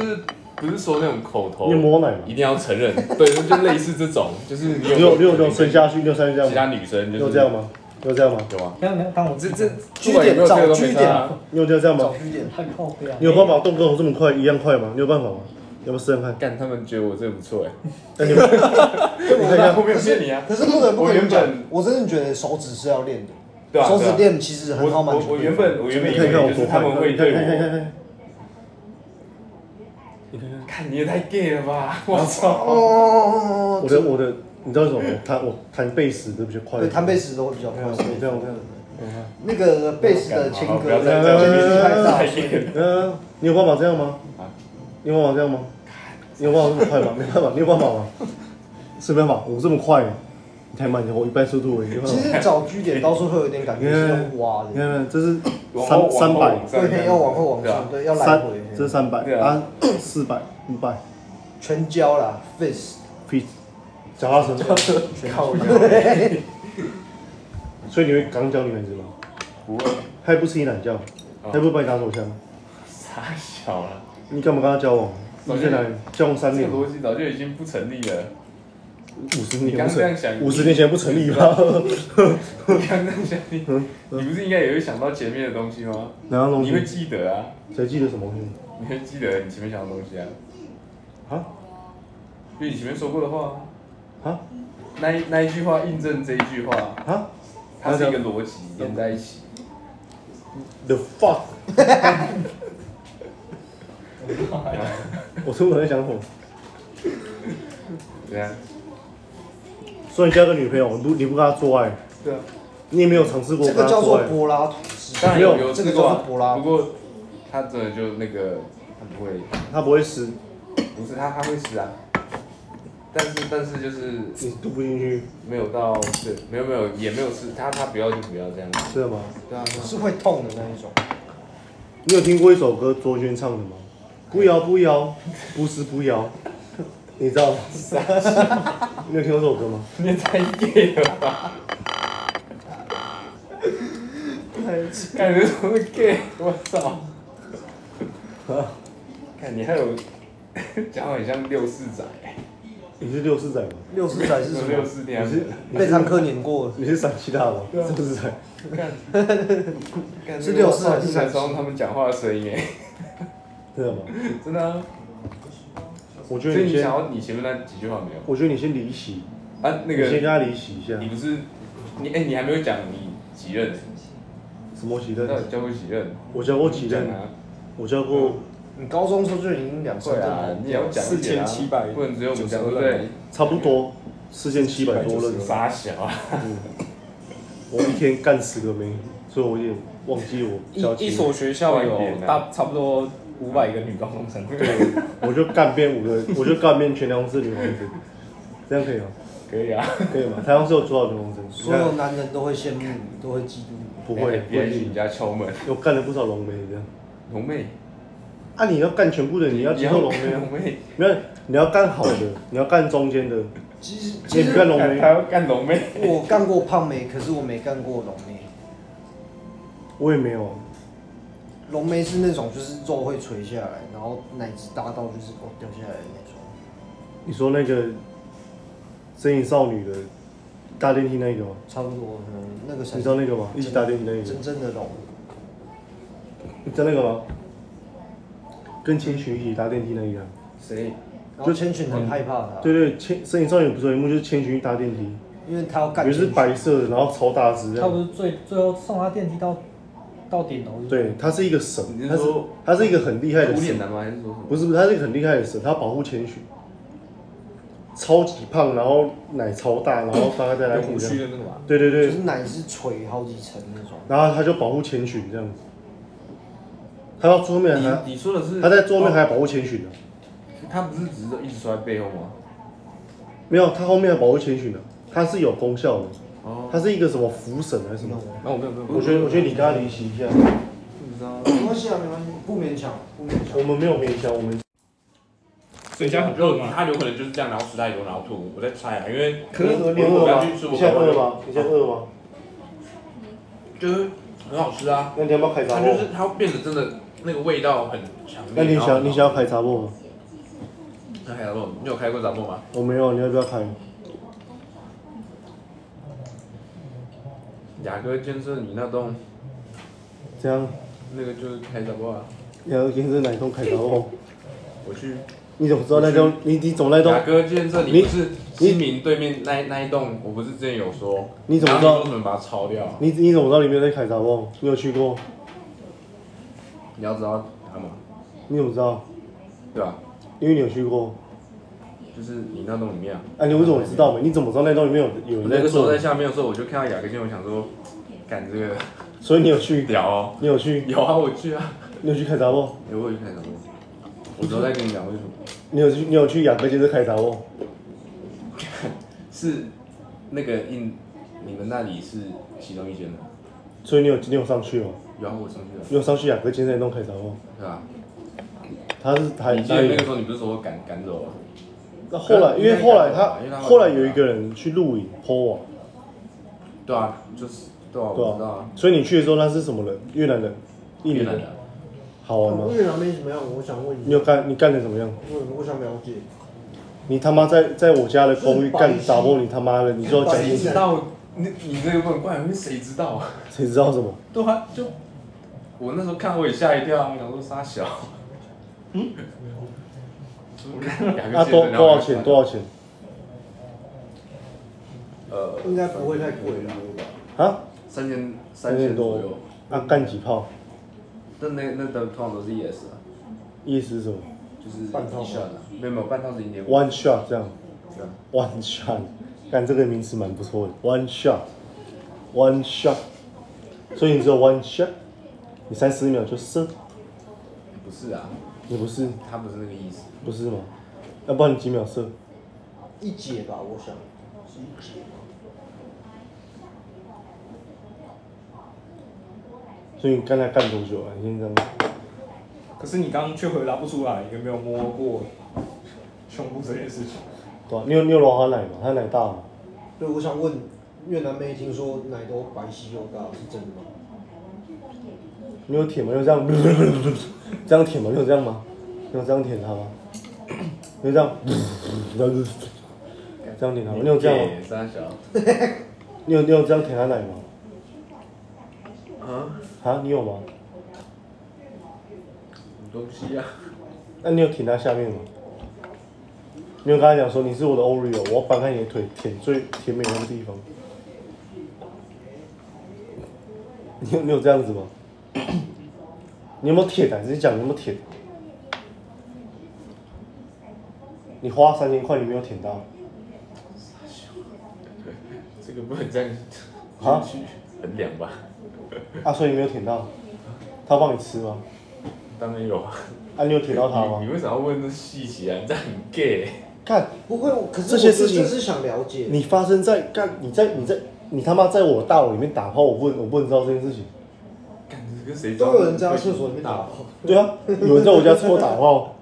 Speaker 3: 不是说那种口头
Speaker 2: 你有摸奶吗
Speaker 3: 一？定要承认，对，就类似这种，就是你有
Speaker 2: 你有你有这种伸下去，你有三这
Speaker 3: 其他
Speaker 2: 样吗？
Speaker 3: 女生
Speaker 2: 你
Speaker 3: 就
Speaker 2: 有
Speaker 3: 是
Speaker 2: 这样？吗？你有这样吗？
Speaker 3: 有啊吗？
Speaker 4: 等一下等一下，当我
Speaker 3: 这这
Speaker 1: 据
Speaker 3: 不管有没有
Speaker 1: 点
Speaker 3: 这个
Speaker 1: 找
Speaker 3: 都没
Speaker 1: 据
Speaker 3: 差啊，
Speaker 2: 你有这样吗
Speaker 1: 找？据点，
Speaker 4: 太靠背啊！
Speaker 2: 你有办法动跟我这么快一样快吗？你有办法吗？要不要试试看？
Speaker 3: 干他们觉得我这个不错哎，
Speaker 2: 那你们，你看一下
Speaker 3: 我没有骗你啊，
Speaker 1: 可是不得不
Speaker 3: 我
Speaker 1: 跟
Speaker 3: 原
Speaker 1: 你讲
Speaker 3: 本，
Speaker 1: 我真的觉得手指是要练的，
Speaker 3: 对啊
Speaker 1: 手指
Speaker 3: 对啊
Speaker 1: 练其实
Speaker 3: 我
Speaker 1: 很好满
Speaker 3: 我
Speaker 1: 足。
Speaker 3: 我原本我原本
Speaker 2: 你
Speaker 3: 以
Speaker 2: 看一看
Speaker 3: 为
Speaker 2: 我
Speaker 3: 就是
Speaker 2: 多
Speaker 3: 他
Speaker 2: 快，
Speaker 3: 们会
Speaker 2: 你看
Speaker 3: 对
Speaker 2: 你看你看
Speaker 3: 我，
Speaker 2: 看
Speaker 3: 看你也太 gay 了吧，我操！
Speaker 1: 哦，
Speaker 2: 我的我的，你知道为什么？我弹我弹贝斯都比较快。
Speaker 1: 对，弹贝斯都会比较快。
Speaker 2: 我这样我这样我这样。
Speaker 1: 那个贝斯的情
Speaker 3: 不要
Speaker 1: 歌，
Speaker 3: 再
Speaker 1: 那个
Speaker 3: 讲
Speaker 2: 这
Speaker 1: 旋
Speaker 2: 个
Speaker 1: 律太大
Speaker 3: 太
Speaker 1: 了。
Speaker 3: gay 了，
Speaker 2: 嗯，你有办法这样吗
Speaker 3: 啊？
Speaker 2: 你有办法这样吗？你有办法这么快吗？没办法，你有办法吗？是没办法，我这么快，你太慢，我一般速度而已。你有办法
Speaker 1: 其
Speaker 2: 吗
Speaker 1: 实找据点到时候会有点感觉是要挖
Speaker 2: 你看，
Speaker 1: 的，
Speaker 2: 没有这是
Speaker 3: 往后
Speaker 2: 三三百
Speaker 3: 往，后
Speaker 1: 会偏要往后往
Speaker 3: 对啊
Speaker 1: 上，对，要来
Speaker 2: 三
Speaker 1: 回，
Speaker 2: 这是三百
Speaker 3: 对，啊
Speaker 2: 啊，四百，五百
Speaker 1: 全交啦，face。
Speaker 2: ，feet，脚踏车。
Speaker 3: 靠腰，
Speaker 2: [LAUGHS] 所以你会刚教女孩子吗？
Speaker 3: 不会
Speaker 2: 她也不吃你
Speaker 3: 哦
Speaker 2: 懒觉，她也不帮你打手枪，
Speaker 3: 傻小了，
Speaker 2: 你干嘛跟她交往？你在哪里？交往三
Speaker 3: 这
Speaker 2: 年
Speaker 3: 个，逻辑早就已经不成立了。
Speaker 2: 五十
Speaker 3: 你
Speaker 2: 年
Speaker 3: 刚
Speaker 2: 不
Speaker 3: 这样
Speaker 2: 成，
Speaker 3: 想
Speaker 2: 五十年前不成立吧？
Speaker 3: 你刚刚想你，你不是应该也会想到前面的东西吗？
Speaker 2: [LAUGHS] 然后东
Speaker 3: 你会
Speaker 2: 西，
Speaker 3: 记得啊，
Speaker 2: 谁记得什么东西？
Speaker 3: 你会记得你前面想的东西啊，
Speaker 2: 啊
Speaker 3: 因为你前面说过的话啊，
Speaker 2: 啊
Speaker 3: 那一那一句话印证这一句话啊，
Speaker 2: 啊
Speaker 3: 它是一个逻辑连在一起。
Speaker 2: ！The fuck！我真的在想什么？
Speaker 3: 对啊，
Speaker 2: 说你交个女朋友，你不你不跟她做爱，
Speaker 3: 对啊，
Speaker 2: 你也没有尝试过
Speaker 1: 这
Speaker 2: 跟她
Speaker 1: 个叫
Speaker 2: 做
Speaker 1: 做
Speaker 2: 爱。
Speaker 1: 柏拉图式，
Speaker 3: 当然
Speaker 2: 没有
Speaker 3: 有有
Speaker 1: 这个
Speaker 3: 试过
Speaker 1: 叫
Speaker 3: 啊
Speaker 1: 做柏拉
Speaker 3: 不过他真的就那个，他不会，
Speaker 2: 他不会死，
Speaker 3: 不是他他会死啊，但是但是就是
Speaker 2: 你读不进去，
Speaker 3: 没有到对，没有没有也没有是他他不要就不要这样，
Speaker 2: 知道吗？
Speaker 3: 对啊，对啊
Speaker 1: 是会痛的那一种。
Speaker 2: 你有听过一首歌卓轩唱的吗？不摇不摇，不是不摇，你知
Speaker 3: [LAUGHS]
Speaker 2: 道吗？你有听过这首歌吗？
Speaker 3: 你也太 gay 了吧，哎感觉怎么 gay，我操，看你还有 [LAUGHS] 讲得很像六四仔，
Speaker 2: 你是六四仔吗？
Speaker 1: 六十仔是什
Speaker 3: 六
Speaker 1: 么？
Speaker 3: 四
Speaker 2: 你
Speaker 3: 天
Speaker 2: 是
Speaker 1: 被堂客碾过了。
Speaker 2: 你是陕西大吗？
Speaker 3: 啊
Speaker 2: 六四仔，
Speaker 1: [LAUGHS] 是六四还是
Speaker 3: 才装他们讲话的声音哎，
Speaker 2: 知道吗？
Speaker 3: 真的啊。
Speaker 2: 我觉得
Speaker 3: 所以
Speaker 2: 你
Speaker 3: 你想
Speaker 2: 先，
Speaker 3: 要你前面那几句话没有？
Speaker 2: 我觉得你先离席，
Speaker 3: 啊，那
Speaker 2: 你先跟
Speaker 3: 个
Speaker 2: 他离席一下
Speaker 3: 你。不是你哎、你还没有讲你几任，
Speaker 2: 什么席
Speaker 3: 你到
Speaker 2: 任？
Speaker 3: 底交过几任？
Speaker 2: 我教过几
Speaker 3: 讲
Speaker 2: 任？
Speaker 3: 啊？
Speaker 2: 我教过
Speaker 1: 你高中时候就已经两三
Speaker 3: 对
Speaker 1: 任
Speaker 3: 啊
Speaker 1: 了，，
Speaker 3: 你也要讲一点啊，
Speaker 5: 4700
Speaker 3: 不能只有我们讲
Speaker 5: 92
Speaker 3: 对不对？
Speaker 2: 差不多四千七百多任，
Speaker 3: 傻小啊，
Speaker 2: 我一天干十个妹，所以我也忘记我教
Speaker 5: 一
Speaker 2: 几
Speaker 5: 一所
Speaker 2: 个。
Speaker 5: 学校
Speaker 3: 快一点
Speaker 5: 有
Speaker 3: 啊
Speaker 5: 大差不多五百个女高中生，
Speaker 2: 对，我就干遍五个， [LAUGHS] 我就干遍全台中市女王子，这样可以吗？
Speaker 3: 可以啊。
Speaker 2: 可以吗？台中市有多少女王子？你
Speaker 1: 所有
Speaker 2: 看
Speaker 1: 男人都会羡慕你，都会嫉妒你。
Speaker 2: 不会，不
Speaker 3: 哎别去
Speaker 2: 会
Speaker 3: 你，家敲门，
Speaker 2: 我干了不少龙妹这样。
Speaker 3: 龙妹，
Speaker 2: 啊，你要干全部的，你要接受龙妹啊
Speaker 3: 龙。妹，
Speaker 2: 没有，你要干好的，你要干中间的，
Speaker 1: 其实
Speaker 2: 你
Speaker 1: 其
Speaker 2: 也不
Speaker 1: 实
Speaker 2: 啊干龙
Speaker 3: 干
Speaker 2: 妹
Speaker 3: 他。要干龙妹，
Speaker 1: 我干过胖妹，可是我没干过龙妹。
Speaker 2: 我也没有，
Speaker 1: 龙妹是那种就是肉会垂下来，然后奶子大到就是哦掉下来的那种。
Speaker 2: 你说那个《身影少女》的搭电梯那啊个吗？
Speaker 1: 差不多，嗯，那个才是
Speaker 2: 你知道那个吗？一起搭电梯那个，
Speaker 1: 真正的龙。
Speaker 2: 你知道那个吗？跟千寻一起搭电梯那一个啊。
Speaker 3: 谁？
Speaker 1: 然后千寻很害怕他，
Speaker 2: 对对，千《身影少女》不是有一幕就是千寻一搭电梯，
Speaker 1: 因为他要干
Speaker 2: 也
Speaker 1: 进去。
Speaker 2: 是白色的，然后超大只这
Speaker 4: 他不
Speaker 2: 样。
Speaker 4: 是最最后送他电梯到到顶楼，
Speaker 2: 对，他是一个神
Speaker 3: 你，
Speaker 2: 他
Speaker 3: 是
Speaker 2: 是
Speaker 3: 说啊
Speaker 2: 他是一个很厉害的
Speaker 3: 古典
Speaker 2: 神，
Speaker 3: 男吗？还是说什么？
Speaker 2: 不是不是，他是一个很厉害的神，他保护千寻，超级胖，然后奶超大，然后大概在来
Speaker 5: 有
Speaker 2: 虎
Speaker 5: 胡
Speaker 2: 这
Speaker 5: 须
Speaker 2: 样。
Speaker 5: 的那个嘛，
Speaker 2: 对对
Speaker 1: 就
Speaker 2: 对
Speaker 1: 是，奶是垂好几层那种。
Speaker 2: 然后他就保护千寻这样子，他到桌面还
Speaker 3: 你你说的是哦
Speaker 2: 他在桌面还保护千寻呢，
Speaker 3: 他不是只是一直摔背后吗？
Speaker 2: 没有，他后面还保护千寻呢，他是有功效的，
Speaker 3: 哦，
Speaker 2: 他是一个什么福神还是什
Speaker 1: 你懂
Speaker 2: 么？
Speaker 1: 吗？
Speaker 5: 那我没有没有，
Speaker 2: 我觉得我觉得你跟他离席一下，
Speaker 3: 不知道。
Speaker 1: 没关系啊，没关系，不勉强，不勉强。
Speaker 2: 我们没有勉强，我们
Speaker 5: 所以家很热嘛，
Speaker 3: 他有可能就是这样，然后吃太多，然后吐。我在猜啊，因为
Speaker 2: 可是你
Speaker 3: 如果
Speaker 2: 饿
Speaker 3: 我要
Speaker 2: 吗？
Speaker 3: 去吃，
Speaker 2: 你
Speaker 3: 我
Speaker 2: 现在
Speaker 3: 可
Speaker 2: 饿
Speaker 3: 能
Speaker 2: 吗？你现在饿吗？
Speaker 3: 就是很好吃啊。
Speaker 2: 那你要不要开闸
Speaker 3: 它
Speaker 2: 货
Speaker 3: 就？是它变得真的那个味道很强烈。
Speaker 2: 那你
Speaker 3: 然后
Speaker 2: 想你想要开闸货吗？哦
Speaker 3: 那还有肉你有开过杂货吗？
Speaker 2: 我没有，你要不要开？
Speaker 3: 雅哥建设你那栋
Speaker 2: 这样，
Speaker 3: 那个就是开杂货啊，
Speaker 2: 你要先生哪栋开闸货？
Speaker 3: 我去
Speaker 2: 你怎么知道那栋？你你走那栋
Speaker 3: 雅？哥建设，
Speaker 2: 你
Speaker 3: 你不是西民对面那那一栋，我不是之前有说，
Speaker 2: 你怎么知
Speaker 3: 然
Speaker 2: 道
Speaker 3: 后你说什么把它抄掉啊？
Speaker 2: 你你怎么知道里面在开闸货？你有去过？
Speaker 3: 你要知道它吗？
Speaker 2: 你怎么知道？
Speaker 3: 对吧？
Speaker 2: 因为你有去过。
Speaker 3: 就是你那栋里面啊。
Speaker 2: 哎、你为什么知道？嘛？你怎么知道那栋里面有有
Speaker 3: 我
Speaker 2: 人
Speaker 3: 那
Speaker 2: 在
Speaker 3: 个时候
Speaker 2: 做
Speaker 3: 在？下面的时候，我就看到雅哥建设，我想说，干这个
Speaker 2: 所以你有去？
Speaker 3: 屌哦，
Speaker 2: 你有去？
Speaker 3: 有啊，我去啊，
Speaker 2: 你有去开闸货？
Speaker 3: 哎，我有去开杂货，我之后再跟你讲为什么。
Speaker 2: 你有去？你有去雅阁街这开闸哦货？
Speaker 3: 是那个印，你们那里是其中一间的，
Speaker 2: 所以你有你有上去哦？
Speaker 3: 然啊后我上去了，
Speaker 2: 你有上去雅阁街那栋开闸货？
Speaker 3: 对吧？
Speaker 2: 他是台
Speaker 3: 你记得那个时候你不是说我赶赶走了？
Speaker 2: 那后来，因为后来他
Speaker 3: 因为他
Speaker 2: 后来有一个人去啊录影 PO 网，
Speaker 3: 对啊，就是对啊，我
Speaker 2: 对
Speaker 3: 知道啊
Speaker 2: 吧，？所以你去的时候他是什么人？越南人，印尼
Speaker 3: 越南
Speaker 2: 人，
Speaker 3: 的，
Speaker 2: 好玩吗？
Speaker 1: 哦越南妹怎么样？我想问
Speaker 2: 你有干你干的怎么样？
Speaker 1: 我我想了解。
Speaker 2: 你他妈在在我家的公寓
Speaker 5: 不好
Speaker 2: 干
Speaker 5: 意思
Speaker 2: 打破你他妈的，你就要讲
Speaker 5: 谁
Speaker 2: 进
Speaker 5: 知
Speaker 2: 去，
Speaker 5: 道？你你这个问怪，因为谁知道啊？
Speaker 3: [LAUGHS]
Speaker 2: 谁知道什么？
Speaker 5: 对啊，就我那时候看我也吓一跳啊，我想说傻小。
Speaker 3: [LAUGHS]
Speaker 5: 嗯。两
Speaker 2: 那
Speaker 3: 啊个
Speaker 2: 啊多
Speaker 3: 先生
Speaker 2: 多少钱？多？少钱？
Speaker 3: 呃，
Speaker 1: 应该不会太贵啦。
Speaker 2: 啊？
Speaker 3: 三千三
Speaker 2: 三
Speaker 3: 千
Speaker 2: 千多
Speaker 3: 左右。？
Speaker 2: 啊，干几炮？
Speaker 3: 但那那等通常都是 ES 啊，
Speaker 2: 意思是什么
Speaker 3: 就是
Speaker 1: 半套吗
Speaker 3: 一下的，没有没有半套是零点五。
Speaker 2: ？One shot 这样
Speaker 3: 对啊
Speaker 2: ，One shot，干这个名词蛮不错的，One shot，One shot，所以你只有 One shot，你三十秒就射，
Speaker 3: 不是啊，
Speaker 2: 你不是
Speaker 3: 他不是那个意思。
Speaker 2: 不是吗？要不然你几秒射？
Speaker 1: 一节吧，我想是一节吗？
Speaker 2: 所以你刚才干多久啊？你先这样，
Speaker 5: 可是你刚刚却回答不出来，有没有摸过胸部这件事情？
Speaker 2: 对啊，你有你有揉他奶吗？他奶大吗？
Speaker 1: 对，我想问越南妹，听说奶都白皙又大，是真的吗？
Speaker 2: 你有舔吗？你有这样这样舔吗？你有这样吗？你有这样舔他吗？你有这样这样这样舔他吗？你有这样
Speaker 1: 哦
Speaker 2: 吗？
Speaker 3: 给三小。
Speaker 2: 你有你有这样舔他奶吗？
Speaker 3: 啊，
Speaker 2: 啊，你有吗？
Speaker 3: 什么东西啊？
Speaker 2: 那你有舔他下面吗？你有跟他讲说你是我的 Oreo，我要翻开你的腿舔最甜美的地方。你有你有这样子吗？ [COUGHS] 你有没有舔啊？你讲你有没有舔？你花三千块，你没有舔到，
Speaker 3: [LAUGHS] 这个不能这样
Speaker 2: 啊
Speaker 3: 进去，很凉吧？
Speaker 2: 啊，所以你没有舔到，他帮你吃吗？
Speaker 3: 当然有啊。
Speaker 2: 啊，你有舔到他
Speaker 3: 你
Speaker 2: 吗？
Speaker 3: 你为啥要问这细节啊？你这样很 gay 欸。
Speaker 2: 干，
Speaker 1: 不会，我可是
Speaker 2: 这些
Speaker 1: 我就
Speaker 2: 事情
Speaker 1: 只是想了解。
Speaker 2: 你发生在干，你在你在你他妈在我大楼里面打炮，我不能我不能知道这件事情。
Speaker 3: 干这跟谁？
Speaker 1: 都有人在厕所里面打炮。
Speaker 2: 对啊，有人在我家抽打炮，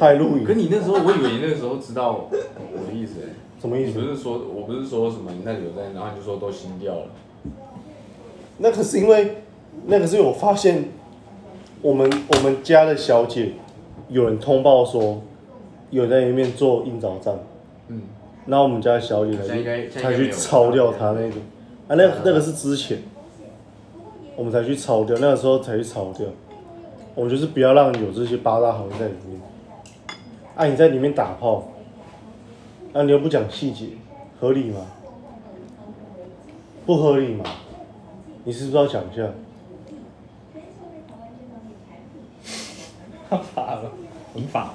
Speaker 2: 他还录
Speaker 3: 可
Speaker 2: 影，
Speaker 3: 你那时候，我以为你那个时候知道我的意思欸。
Speaker 2: 什么意
Speaker 3: 你不
Speaker 2: 思？
Speaker 3: 是说，我不是说什么你那里有在，然后你就说都新掉了。
Speaker 2: 那可是因为，那可是我发现，我们我们家的小姐有人通报说，有在里面做应招站，
Speaker 3: 嗯，
Speaker 2: 然后我们家的小姐才
Speaker 3: 现在应该
Speaker 2: 去
Speaker 3: 现在
Speaker 2: 才
Speaker 3: 应该
Speaker 2: 去
Speaker 3: 没有嗯
Speaker 2: 抄掉她那个，啊，那那个是之前，我们才去抄掉，那个时候才去抄掉，我们就是不要让有这些八大行在里面，啊，你在里面打炮，啊，你又不讲细节，合理吗？不合理嘛？你是不是要讲一下？
Speaker 5: 法了，很法，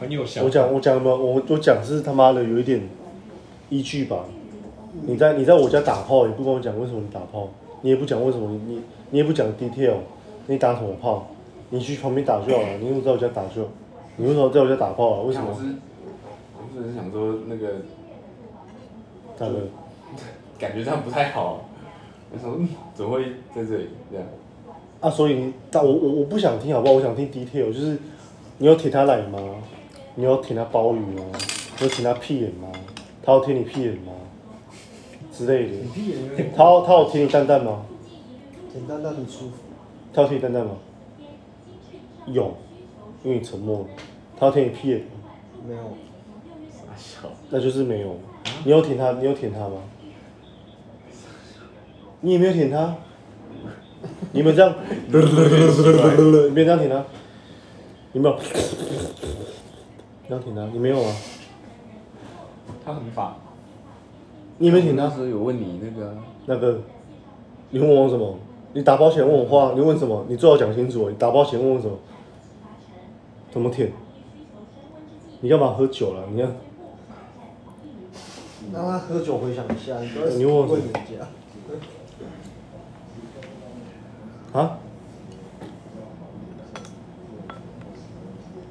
Speaker 5: 很有效
Speaker 2: 我。讲我讲什么？我我讲是他妈的有一点依据吧。你在你在我家打炮，你不跟我讲为什么你打炮，你也不讲为什么你你你也不讲 detail，你打什么炮？你去旁边打就好了，你为什么在我家打就好？你为什么在我家打炮啊？为什
Speaker 3: 看我
Speaker 2: 么？
Speaker 3: 是，我只是想说那个
Speaker 2: 大哥，
Speaker 3: 感觉这样不太好。我想说，嗯怎么会在这里这样？
Speaker 2: 啊，所以你但我我我不想听好不好？我想听 detail，就是你有舔他奶吗？你有舔他鲍鱼吗？你有舔他屁眼吗？他有舔你屁眼吗？之类的。
Speaker 4: 屁眼有点
Speaker 2: 他有他有舔你蛋蛋吗？
Speaker 1: 简单但很舒服。
Speaker 2: 他有舔你蛋蛋吗？有，因为你沉默了。他有舔你屁眼吗，嗯
Speaker 1: 没有，
Speaker 3: 傻笑。
Speaker 2: 那就是没
Speaker 4: 啊
Speaker 2: 有。你有舔他，你有舔他吗？你也没有舔他。你们这样，你没有这样舔他，你没有，你要舔他，你没有啊？
Speaker 5: 他很法，
Speaker 2: 你有没有舔
Speaker 3: 那
Speaker 2: 他？
Speaker 3: 时候有问你那个啊，
Speaker 2: 那个，你问我什么？你打包前问我话，你问什么？你最好讲清楚哦。你打包前问我什么？怎么舔？你干嘛喝酒了？你看，
Speaker 1: 让他喝酒回想一下，你不要
Speaker 2: 你问我
Speaker 1: 问人家。
Speaker 2: 啊？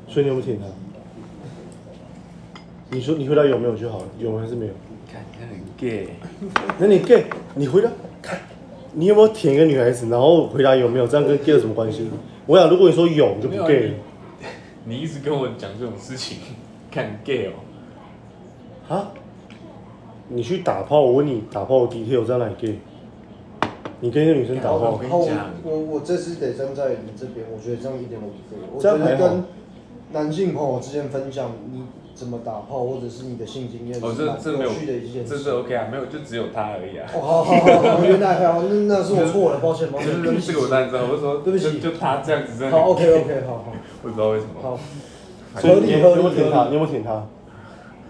Speaker 2: 所以你有没有舔他？你说你回答有没有就好了，有还是没有？
Speaker 3: 感觉很 gay。
Speaker 2: 那你 gay，你回答看，你有没有舔一个女孩子，然后回答有没有，这样跟 gay 有什么关系？我想，如果你说有，你就不
Speaker 3: 没有啊
Speaker 2: gay 了
Speaker 3: 你一直跟我讲这种事情，看 gay 哦。
Speaker 2: 啊？你去打炮，我问你打炮的 detail 在哪里 gay？你跟一个女生打
Speaker 1: 然
Speaker 3: 我
Speaker 2: 炮
Speaker 1: 后
Speaker 3: 跟你讲
Speaker 1: 我我这次得站在你这边，我觉得这样一点我不可以。我
Speaker 2: 这
Speaker 1: 觉得
Speaker 2: 样还好
Speaker 1: 跟男性朋友之间分享你怎么打炮，或者是你的性经验，
Speaker 3: 哦，
Speaker 1: 是
Speaker 3: 这
Speaker 1: 蛮
Speaker 3: 这没有
Speaker 1: 有趣的一件，
Speaker 3: 这
Speaker 1: 事。
Speaker 3: 是 OK 啊，没有，就只有他而已啊。
Speaker 1: 哦，好好好，好原来好，那那是我错了，抱歉抱
Speaker 3: 就
Speaker 1: 歉，哦对不
Speaker 3: 是
Speaker 1: 起
Speaker 3: 这个我当然知道，我就说
Speaker 1: 对不起
Speaker 3: 就就他这样子真的，
Speaker 1: 好
Speaker 3: 我
Speaker 1: OK OK，好好
Speaker 3: 也不知道为什么。
Speaker 1: 好，
Speaker 2: 所以
Speaker 1: 合
Speaker 2: 你
Speaker 1: 理
Speaker 2: 有
Speaker 1: 合
Speaker 2: 没有
Speaker 1: 理
Speaker 2: 舔
Speaker 1: 合
Speaker 2: 他？你
Speaker 1: 理，
Speaker 2: 有没有舔他？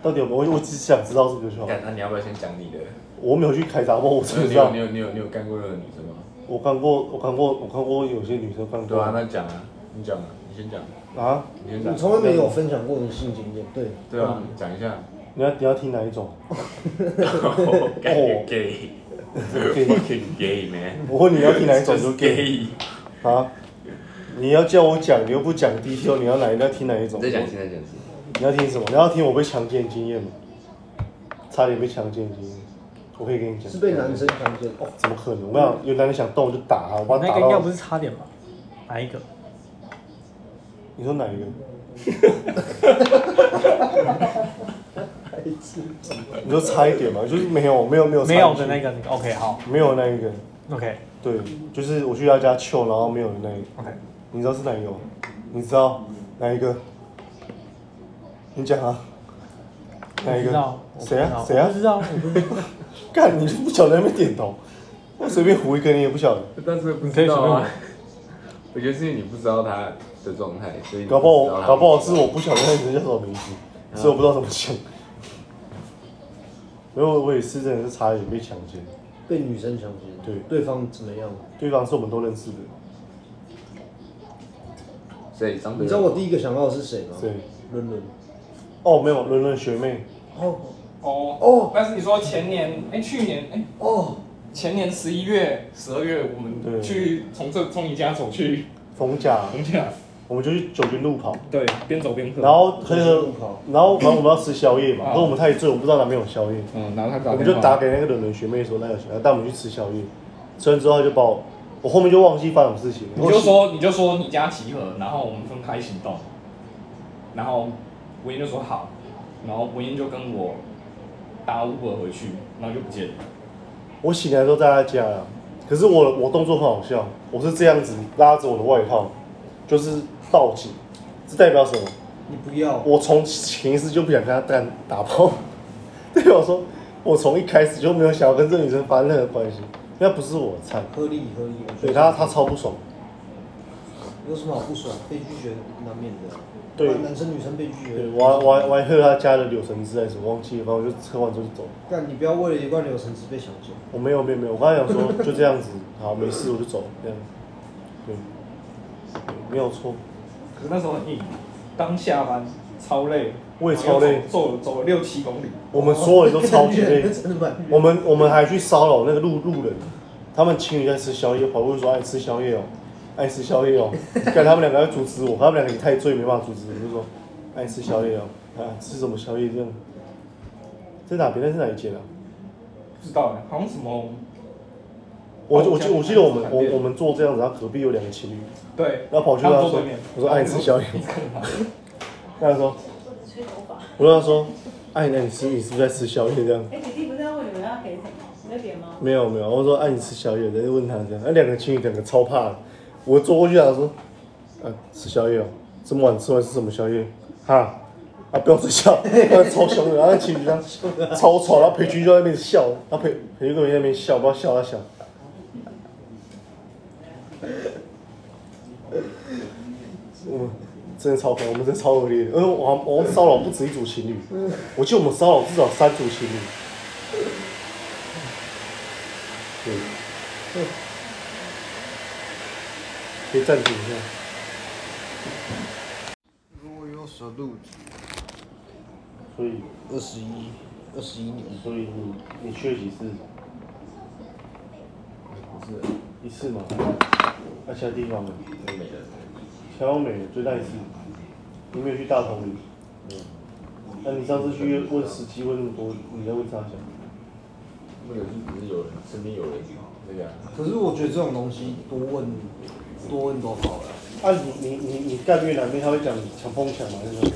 Speaker 2: 到底有没有？我我只想知道这个就好。
Speaker 3: 看，那你要不要先讲你的？
Speaker 2: 我没有去开闸过，我真不
Speaker 3: 你
Speaker 2: 知道
Speaker 3: 有你。有你有你有干过任何女生吗？
Speaker 2: 我看过，我看过，我看过有些女生看
Speaker 3: 对
Speaker 2: 过。
Speaker 3: 啊，那讲啊，你讲啊，你先讲，
Speaker 2: 啊？
Speaker 3: 你先
Speaker 1: 你
Speaker 3: 讲。
Speaker 1: 从来没有分享过你的性经验，对，
Speaker 3: 对啊，讲一下。
Speaker 2: 你要你要听哪一种？
Speaker 3: [LAUGHS] gay gay fucking gay man，
Speaker 2: 我 Oh. 问你要听哪一种就
Speaker 3: 就
Speaker 2: 给
Speaker 3: gay。
Speaker 2: 啊？你要叫我讲，你又不讲 detail，你要哪一你要听哪一种？
Speaker 3: 你再讲一次，再讲一次。
Speaker 2: 你要听什么？你要听我被强奸的经验吗？差点被强奸的经验，我可以跟你讲
Speaker 1: 是。被男生强奸哦，
Speaker 2: 怎么可能？我跟你讲，有男人想动我就打他，我把他
Speaker 6: 那
Speaker 2: 打
Speaker 6: 个应该
Speaker 2: 到
Speaker 6: 不。是差点吧？哪一个？
Speaker 2: 你说哪
Speaker 1: [LAUGHS]
Speaker 2: 一个？你说差一点嘛，就是没有没有没有差
Speaker 6: 没有的那
Speaker 2: 一
Speaker 6: 个那个。OK，好
Speaker 2: 句，没有那一个，
Speaker 6: ，OK
Speaker 2: 对，就是我去他家求，然后没有的那一个。
Speaker 6: OK，
Speaker 2: 你知道是哪一个吗？你知道哪一个？你讲啊，哪一
Speaker 6: 知
Speaker 2: 个
Speaker 6: 道？我不知
Speaker 2: 谁啊
Speaker 6: 道？
Speaker 2: 谁啊
Speaker 6: 我不？知道，我不知 [LAUGHS] 道，
Speaker 2: 干，你就不晓得在那边点头，我随便胡一个你也不晓得，
Speaker 3: 但是不
Speaker 6: 你可
Speaker 3: 知
Speaker 6: 以
Speaker 3: 道
Speaker 6: 随便
Speaker 3: 啊
Speaker 6: 我。
Speaker 3: 我觉得是因为你不知道他的状态，所以你
Speaker 2: 搞不好
Speaker 3: 知道
Speaker 2: 我
Speaker 1: 嗯
Speaker 3: 他
Speaker 2: 搞不好是我不晓得那人叫什么名字，所以我不知道怎么讲。 [LAUGHS] 没有，我也是真的是差点被强奸，
Speaker 1: 被女生强奸，
Speaker 2: 对
Speaker 1: 对方怎么样？
Speaker 2: 对啊方是我们都认识的，
Speaker 3: 所以张德仁
Speaker 1: 你知道我第一个想到的是谁吗？
Speaker 2: 对。
Speaker 1: 伦伦，
Speaker 2: 哦，没有，伦伦学妹，
Speaker 1: 哦
Speaker 5: 哦
Speaker 1: 哦
Speaker 5: 哦，但是你说前年，哎，去年，哎，
Speaker 1: 哦，
Speaker 5: 前年十一月、十二月，我
Speaker 2: 对
Speaker 5: 们去从这从你家走去
Speaker 2: 冯甲，
Speaker 5: 我们家，
Speaker 2: 我们就去酒精路跑，
Speaker 5: 对，边走边喝。
Speaker 2: 然后
Speaker 1: 酒
Speaker 2: 喝
Speaker 1: 精
Speaker 2: 喝
Speaker 1: 嗯路跑，嗯
Speaker 2: 然后反正我们要吃宵夜嘛，
Speaker 5: 啊
Speaker 2: 可是我们太醉，我不知道哪边有宵夜，
Speaker 5: 嗯，然后他
Speaker 2: 我
Speaker 5: 打
Speaker 2: 们
Speaker 5: 电
Speaker 2: 就
Speaker 5: 话
Speaker 2: 打给那个伦伦学妹说那有宵夜，她带我们去吃宵夜，吃完之后她就把我，我后面就忘记发生什么事情了，
Speaker 5: 你就说你就说你家集合，然后我们分开行动。然后文英就说好，然后文英就跟我搭 Uber 回去，然后就不见了。
Speaker 2: 我醒来都在他家了，可是我我动作很好笑，我是这样子拉着我的外套，就是报警，这代表什么？
Speaker 1: 你不要，
Speaker 2: 我从前一次就不想跟他干打炮， [LAUGHS] 代表说我从一开始就没有想要跟这个女生发生任何关系，那不是我的菜，
Speaker 1: 合理合理，我觉
Speaker 2: 所
Speaker 1: 得
Speaker 2: 以他他超不爽。
Speaker 1: 有什么好不爽？被拒绝难免的啊，
Speaker 2: 对
Speaker 1: 不然男生女生被拒绝，
Speaker 2: 对，我还我还我还喝他家的柳橙汁还是什么忘记了，反正我就喝完之后就走了。
Speaker 1: 但你不要为了一罐柳橙汁被强奸。，
Speaker 2: 我没有没有没有，我刚才想说就这样子，好没事我就走这样，对，对没有错。
Speaker 5: 可是那时候很硬，刚下班超累，
Speaker 2: 我也超累
Speaker 5: 然后又走走走了六七公里。
Speaker 2: 我们所有人都超级累
Speaker 1: [LAUGHS] 真的蛮
Speaker 2: 我们我们还去骚扰那个路路人，他们情侣在吃宵夜，跑过去说爱吃宵夜哦，爱吃宵
Speaker 1: [LAUGHS]
Speaker 2: 夜哦，看他们两个要阻止我，他们两个也太醉没办法阻止，我就说爱吃宵夜哦，啊吃什么宵夜这样，在哪边？那是哪一间啊？
Speaker 5: 不知道哎，好像什么
Speaker 2: 我我记我记得我们我我们坐这样子，然后隔壁有两个情侣，
Speaker 5: 对，
Speaker 2: 然后跑去跟
Speaker 5: 他
Speaker 2: 他
Speaker 5: 们坐
Speaker 2: 说
Speaker 5: 对面，
Speaker 2: 我说爱哎吃
Speaker 5: [LAUGHS]
Speaker 2: 宵夜，跟他说，
Speaker 7: 吹头发。
Speaker 2: 我跟他说，哎，那你吃你是不是在吃宵夜这样？
Speaker 7: 哎，姐弟不是要问你们要给什么？你要点吗？
Speaker 2: 没有没有，我说哎、你吃宵夜，人家问他这样，那、两个情侣两个超怕的，我坐过去想说，啊吃宵夜哦，这么晚吃完是什么宵夜？哈，啊不要再笑，他超凶的，然后那情侣这样超吵，然后裴军就在那边笑，然后裴裴军跟我在那边笑，不知道笑他笑，我们真的超可爱，我们真的超恶劣的，因为我好像我好像骚扰不止一组情侣，我记得我们骚扰至少三组情侣，对。可以暂停一下。
Speaker 1: 如果有蛇路，
Speaker 2: 所以，
Speaker 1: 二十一，二十一年，
Speaker 2: 所以你你去了几次？
Speaker 3: 不是
Speaker 2: 一次嘛。那、其他地方呢？
Speaker 3: 都没了，
Speaker 2: 台湾美最大一次。你没有去大同里？那、你上次去问司机问那么多，你在问啥想？
Speaker 3: 或者是只是有人身边有人那个啊，
Speaker 1: 可是我觉得这种东西多问多问都好了。
Speaker 2: 啊，你你你你干越南妹，他会讲抢风抢吗？还是什么？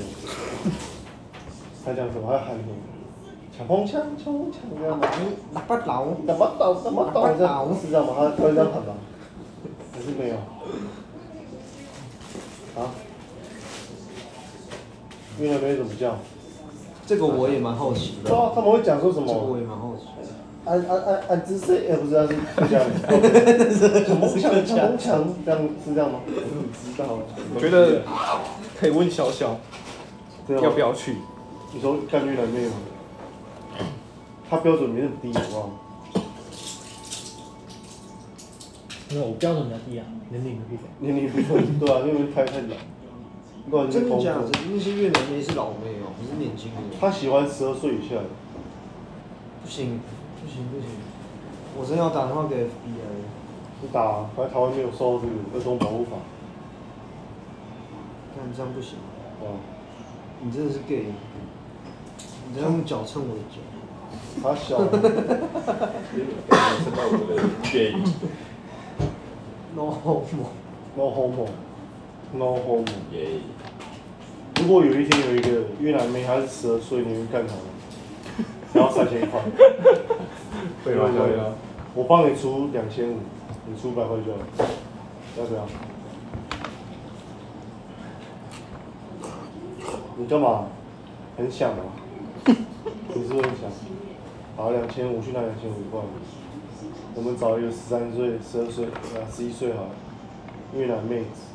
Speaker 2: 他讲什么？他喊什么？抢风抢抢风抢，你知道吗？
Speaker 1: 你你不老，
Speaker 2: 怎么懂？怎么懂？这样知道吗？他他会这样喊吗？还是没有？啊？越南妹怎么叫？
Speaker 1: 这个我也蛮好奇
Speaker 2: 不
Speaker 1: 的，
Speaker 2: 知道他们会讲说什
Speaker 1: 这个我
Speaker 2: 么？
Speaker 1: 也蛮好奇的。
Speaker 2: 安安安安姿势，哎，不是，那是客家人。什么强？什么强？这样是这样吗？
Speaker 3: 不知道，
Speaker 8: 我觉得可以问小小
Speaker 2: 对啊
Speaker 8: 要不？要去，
Speaker 2: 你说干越南妹吗？他标准没那么低，好不好？
Speaker 6: 因为我标准比较低啊，年龄比较低。
Speaker 2: 年龄不准，对啊，因为太太老，不然就
Speaker 1: 真的
Speaker 2: 同
Speaker 1: 假的
Speaker 2: 国。？
Speaker 1: 那些越南妹是老妹哦、不是年轻的。
Speaker 2: 他喜欢十二岁以下的。
Speaker 1: 不行，不行，不行！我真要打电话给 FBI，
Speaker 2: 你打、啊，反正台湾没有受这个儿童保护法，
Speaker 1: 看这样不行，
Speaker 2: 啊，
Speaker 1: 你真的是 gay，你这样用脚蹭我的脚，
Speaker 2: 他小，
Speaker 3: 看到我的建议，
Speaker 1: 然后我
Speaker 2: no homo，no homo。
Speaker 3: 耶，
Speaker 2: 如果有一天有一个越南妹，她是十二岁，你会干她吗？然后三千块，
Speaker 5: 会吗？
Speaker 3: 啊
Speaker 5: 会
Speaker 2: 啊
Speaker 5: 吗？
Speaker 2: 我帮你出两千五，你出五百块就好了，要不要？你干嘛？很想吗？你是不是很想？好，两千五去拿两千五块。我们找一个十三岁、十二岁、啊十一岁好了，越南妹子，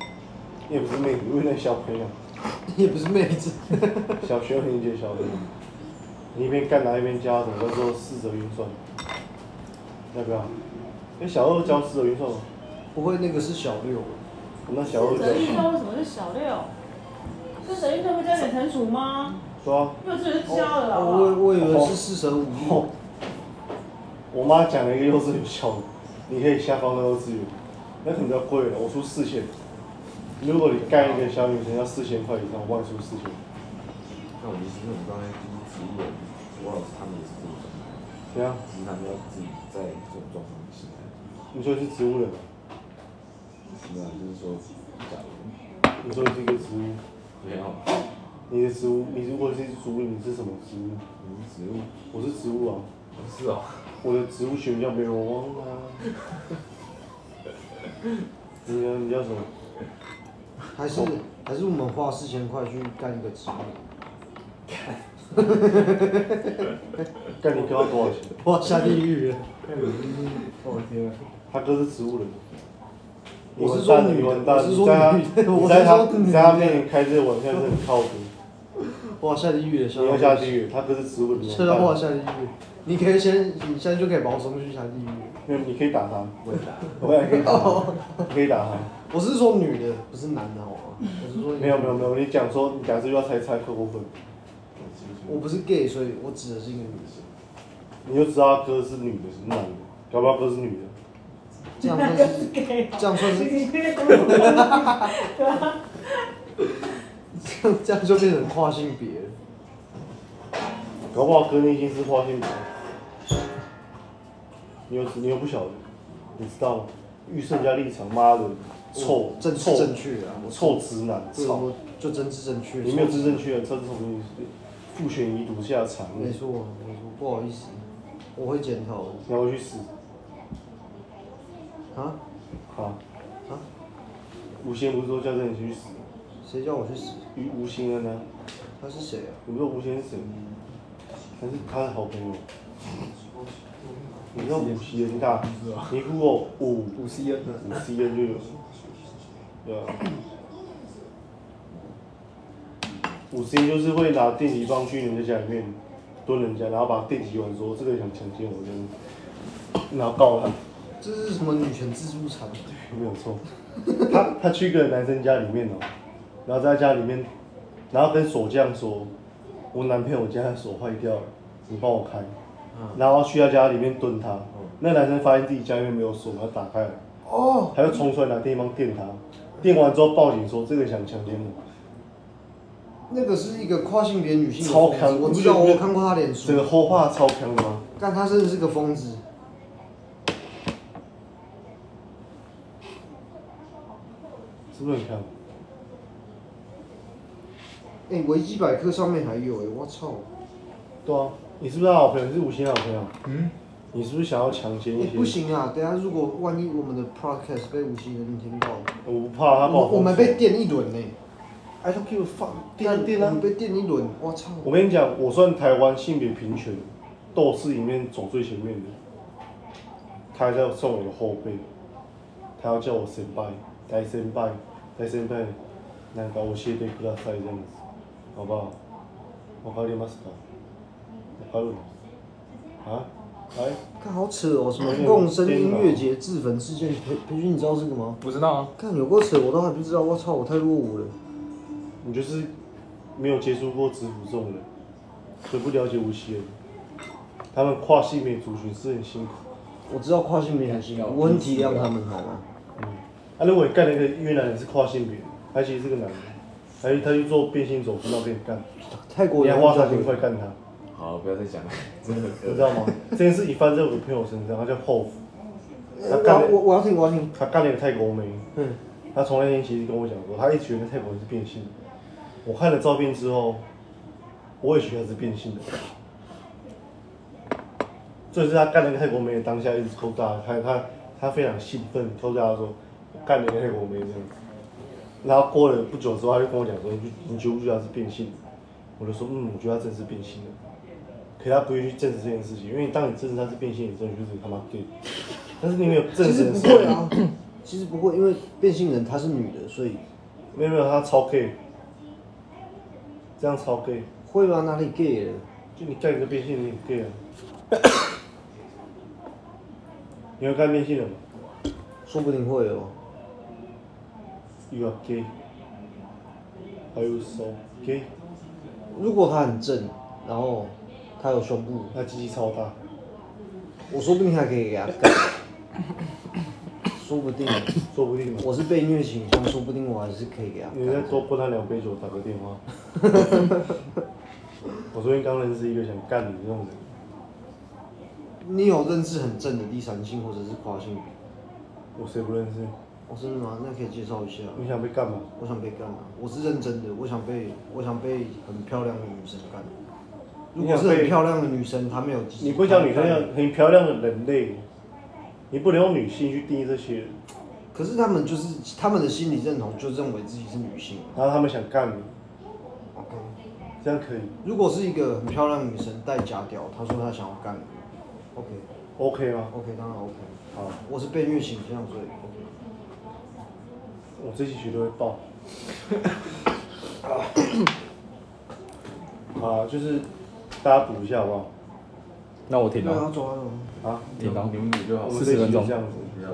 Speaker 2: 也不是妹子，越南小朋友，
Speaker 1: 也不是妹子，
Speaker 2: 小学很姐小朋友，你一边干拿一边教她什么叫做四则运算，要不要？哎、小二教四则运算吗？
Speaker 1: 不会那个是小六，
Speaker 2: 我们那小二
Speaker 7: 四则运
Speaker 2: 教，
Speaker 7: 算为什么是小六？四则运算会加减乘除吗？
Speaker 2: 对啊，
Speaker 7: 幼稚园就教了，好不
Speaker 1: 我
Speaker 7: 好？
Speaker 1: 我以为是四舍五入，
Speaker 2: 我妈讲了一个幼稚园小，你可以下放到幼稚园，那可能比较贵了，我出四千。如果你干一个小女生要四千块以上，我帮你出四千，
Speaker 3: 那我们就是那种刚才第一植物人，我老师他们也是这种状态，
Speaker 2: 怎样？
Speaker 3: 只是他们要自己在这种状况下，
Speaker 2: 你说你是植物人吗？
Speaker 3: 那就是说，假如
Speaker 2: 你说你是一个植物，
Speaker 3: 没有，
Speaker 2: 你的植物，你如果是植物，你是什么植物？
Speaker 3: 你是植物，
Speaker 2: 我是植物啊，
Speaker 3: 是哦，
Speaker 2: 我的植物学名叫梅罗汪啊。 [LAUGHS] 你呢？你叫什么？
Speaker 1: 还是还是我们花四千块去干一个植物，
Speaker 2: 干你哥要多少钱？
Speaker 1: 哇下地狱了，
Speaker 6: 我天啊！
Speaker 2: 他哥是植物人。你
Speaker 1: 我是
Speaker 2: 完
Speaker 1: 说
Speaker 2: 蛋了，
Speaker 1: 女
Speaker 2: 你
Speaker 1: 的
Speaker 2: 完蛋了，
Speaker 1: 我是
Speaker 2: 你
Speaker 1: 说
Speaker 2: 在他，
Speaker 1: 女的
Speaker 2: 你
Speaker 1: 我
Speaker 2: 在
Speaker 1: 是
Speaker 2: 他，
Speaker 1: 说
Speaker 2: 你在他
Speaker 1: 女的
Speaker 2: 面前开这个玩笑，真的很靠
Speaker 1: [LAUGHS]
Speaker 2: 谱。
Speaker 1: 哇下地狱了，
Speaker 2: 你要
Speaker 1: 下
Speaker 2: 下地狱，他哥是植物人。你
Speaker 1: 车
Speaker 2: 完蛋
Speaker 1: 到哇
Speaker 2: 了
Speaker 1: 下地狱，你可以先你现在就可以把我送去下地狱，
Speaker 2: 没有，你可以打他，
Speaker 3: 问答，
Speaker 2: 我也可以打
Speaker 1: [LAUGHS]
Speaker 2: 他，
Speaker 1: 哦
Speaker 2: 你可以打他。
Speaker 1: 我是说女的，不是男的好吗？我是说
Speaker 2: 没有没有没有，你讲说你假设要猜猜扣扣分，
Speaker 1: 我不是 gay，所以我指的是一个女
Speaker 7: [LAUGHS]
Speaker 1: 生。
Speaker 2: 你就知道他哥是女的，是男的，搞不好哥是女的。
Speaker 1: 这样
Speaker 7: 那
Speaker 1: 算
Speaker 7: 就是是 gay 啊
Speaker 1: 这样算是
Speaker 7: [LAUGHS] 你这个公主
Speaker 1: 这样这样就变成跨性别了。
Speaker 2: 搞不好哥内心是花心别，你又你又不晓得，你知道吗？预设人家立场，妈的，臭
Speaker 1: 嗯政治
Speaker 2: 臭
Speaker 1: 正确啊，我
Speaker 2: 臭直男，
Speaker 1: 这
Speaker 2: 操！
Speaker 1: 我就政治正确。
Speaker 2: 你没有自证缺，这是什么意思？父权遗毒下的产物
Speaker 1: 没，错，没错，不好意思，我会检讨的
Speaker 2: 你要回去死
Speaker 1: 啊。
Speaker 2: 啊！
Speaker 1: 啊
Speaker 2: 吴昕不是说叫郑你去死？
Speaker 1: 谁叫我去死？
Speaker 2: 吴吴昕恩呢？
Speaker 1: 他是谁啊？
Speaker 2: 你不知道吴昕是谁？他是他的好朋友。
Speaker 1: 嗯
Speaker 2: 你知道吴昕恩大？你哦 g o 五
Speaker 8: 五 C N 的，
Speaker 2: 五 C N 就有，对啊。五 C N 就是会拿电击棒去人家家里面蹲人家，然后把电击完说这个想强奸我，这样，然后告他， [LAUGHS]
Speaker 1: 这是什么女权自助餐？
Speaker 2: 没有错。他他去一个男生家里面哦、然后在他家里面，然后跟锁匠说，我男朋友家的锁坏掉了，你帮我开。然后去他家里面蹲他，那男生发现自己家里面没有锁，把他打开了。
Speaker 1: 哦，
Speaker 2: 他就冲出来拿电棒电他，电完之后报警说这个想强奸我，
Speaker 1: 那个是一个跨性别女性的
Speaker 2: 超
Speaker 1: 疯子
Speaker 2: 强
Speaker 1: 我知道，
Speaker 2: 你不觉
Speaker 1: 我
Speaker 2: 得
Speaker 1: 看过他脸书
Speaker 2: 整。个后怕超强的吗？
Speaker 1: 但他真的是个疯子。
Speaker 2: 是不是很强？
Speaker 1: 哎、维基百科上面还有哎、我操！
Speaker 2: 对啊，你是不是他好朋友？你是吴昕的好朋友？嗯，你是不是想要强奸
Speaker 1: 哎、
Speaker 2: 一些？
Speaker 1: 不，行啊，等一下如果万一我们的 podcast 被无锡人听到，
Speaker 2: 我不怕他把
Speaker 1: 我
Speaker 2: 我
Speaker 1: 我们
Speaker 2: 封锁
Speaker 1: 被电一轮呢、
Speaker 2: I don't give a fuck，电
Speaker 1: 但
Speaker 2: 就电啊
Speaker 1: 你。被电一轮，我操！
Speaker 2: 我跟你讲，我算台湾性别平权斗士里面走最前面的，他还在算我的后辈，他要叫我先拜，该先拜，该先拜，那个我谢对不大赛这样子，好不好？我考你吗？我考你啊？来，
Speaker 1: 看好扯哦，什么
Speaker 2: 啊
Speaker 1: 共生音乐节自焚事件，培培训你知道这个吗？
Speaker 8: 不知道啊，
Speaker 1: 看有够扯，我都还不知道，我操，我太落伍了。
Speaker 2: 你就是没有接触过直服这种人，所以不了解无锡人，他们跨性别族群是很辛苦。
Speaker 1: 我知道跨性别很辛苦，我很体谅他们，好吗？
Speaker 2: 啊，如果你干了一个越南人是跨性别，他其实是个男的，他去他去做变性手术，然后给你干，
Speaker 1: 泰国
Speaker 2: 你
Speaker 1: 人
Speaker 2: 还花三千块干他，
Speaker 3: 好，不要再讲了，真的
Speaker 2: 你知道吗？这件事一发生在我的朋友身上，他叫后福，他
Speaker 1: 我
Speaker 2: 干
Speaker 1: 要我
Speaker 2: 了
Speaker 1: 我要听我要听，
Speaker 2: 他干了一个泰国妹，
Speaker 1: 嗯，
Speaker 2: 他从那天其实跟我讲说，他一直觉得泰国人是变性的，我看了照片之后，我也觉得他是变性的。这是他干那个泰国妹的当下一直扣大家，他他他非常兴奋，扣大家说我干了一个泰国妹这样子。然后过了不久之后，他就跟我讲说，你觉你觉不觉得他是变性的？我就说，嗯，我觉得他真是变性的。可他不会去证实这件事情，因为当你证实他是变性的时候，你就是他妈 gay。但是你没有证
Speaker 1: 其
Speaker 2: 实
Speaker 1: 实
Speaker 2: 的
Speaker 1: 不
Speaker 2: 时候
Speaker 1: 会，啊，其实不会，因为变性人她是女的，所以
Speaker 2: 没有没有，他超 gay，这样超 gay，
Speaker 1: 会吗？哪里 gay 了？
Speaker 2: 就你干一个变性人你也 gay 啊？ [COUGHS] 你会干变性人吗
Speaker 1: 说不定会哦。
Speaker 2: ？You are gay. Are you so gay？
Speaker 1: 如果她很正，然后她有胸部，
Speaker 2: 他鸡鸡超大，
Speaker 1: 我说不定还可以给她干，说不定
Speaker 2: 说不定嘛。
Speaker 1: 我是被虐倾向，说不定我还是可以给她
Speaker 2: 你再
Speaker 1: 干。
Speaker 2: 多泼他两杯酒，打个电话。 [LAUGHS] 我昨天刚认识一个想干你这种人，
Speaker 1: 你有认识很正的第三性或者是跨性别？
Speaker 2: 我谁不认识？
Speaker 1: 哦，真的吗？那可以介绍一下。
Speaker 2: 你想被干嘛？
Speaker 1: 我想被干啊！我是认真的，我想被我想被很漂亮的女生干。如果是很漂亮的女生，她没有鸡，
Speaker 2: 你不讲女生要很漂亮的人类，你不能用女性去定义这些人。
Speaker 1: 可是他们就是他们的心理认同就认为自己是女性。
Speaker 2: 然后他们想干你，
Speaker 1: OK，
Speaker 2: 这样可以
Speaker 1: 如果是一个很漂亮的女生戴假屌，她说她想要干，OK
Speaker 2: OK 吗？
Speaker 1: OK，当然 OK。
Speaker 2: 好，
Speaker 1: 我是被虐倾向，所以 OK。
Speaker 2: 我这期绝对会爆。
Speaker 5: [LAUGHS]
Speaker 2: 啊，就是大家补一下好不好？
Speaker 5: 那我停
Speaker 1: 对
Speaker 5: 了
Speaker 1: 啊，走啊走啊。
Speaker 2: 啊，
Speaker 5: 停了。
Speaker 3: [LAUGHS] 名字就好
Speaker 2: 我
Speaker 3: 了。
Speaker 2: 们这期就
Speaker 5: 40分钟
Speaker 2: 这样子。
Speaker 3: 不要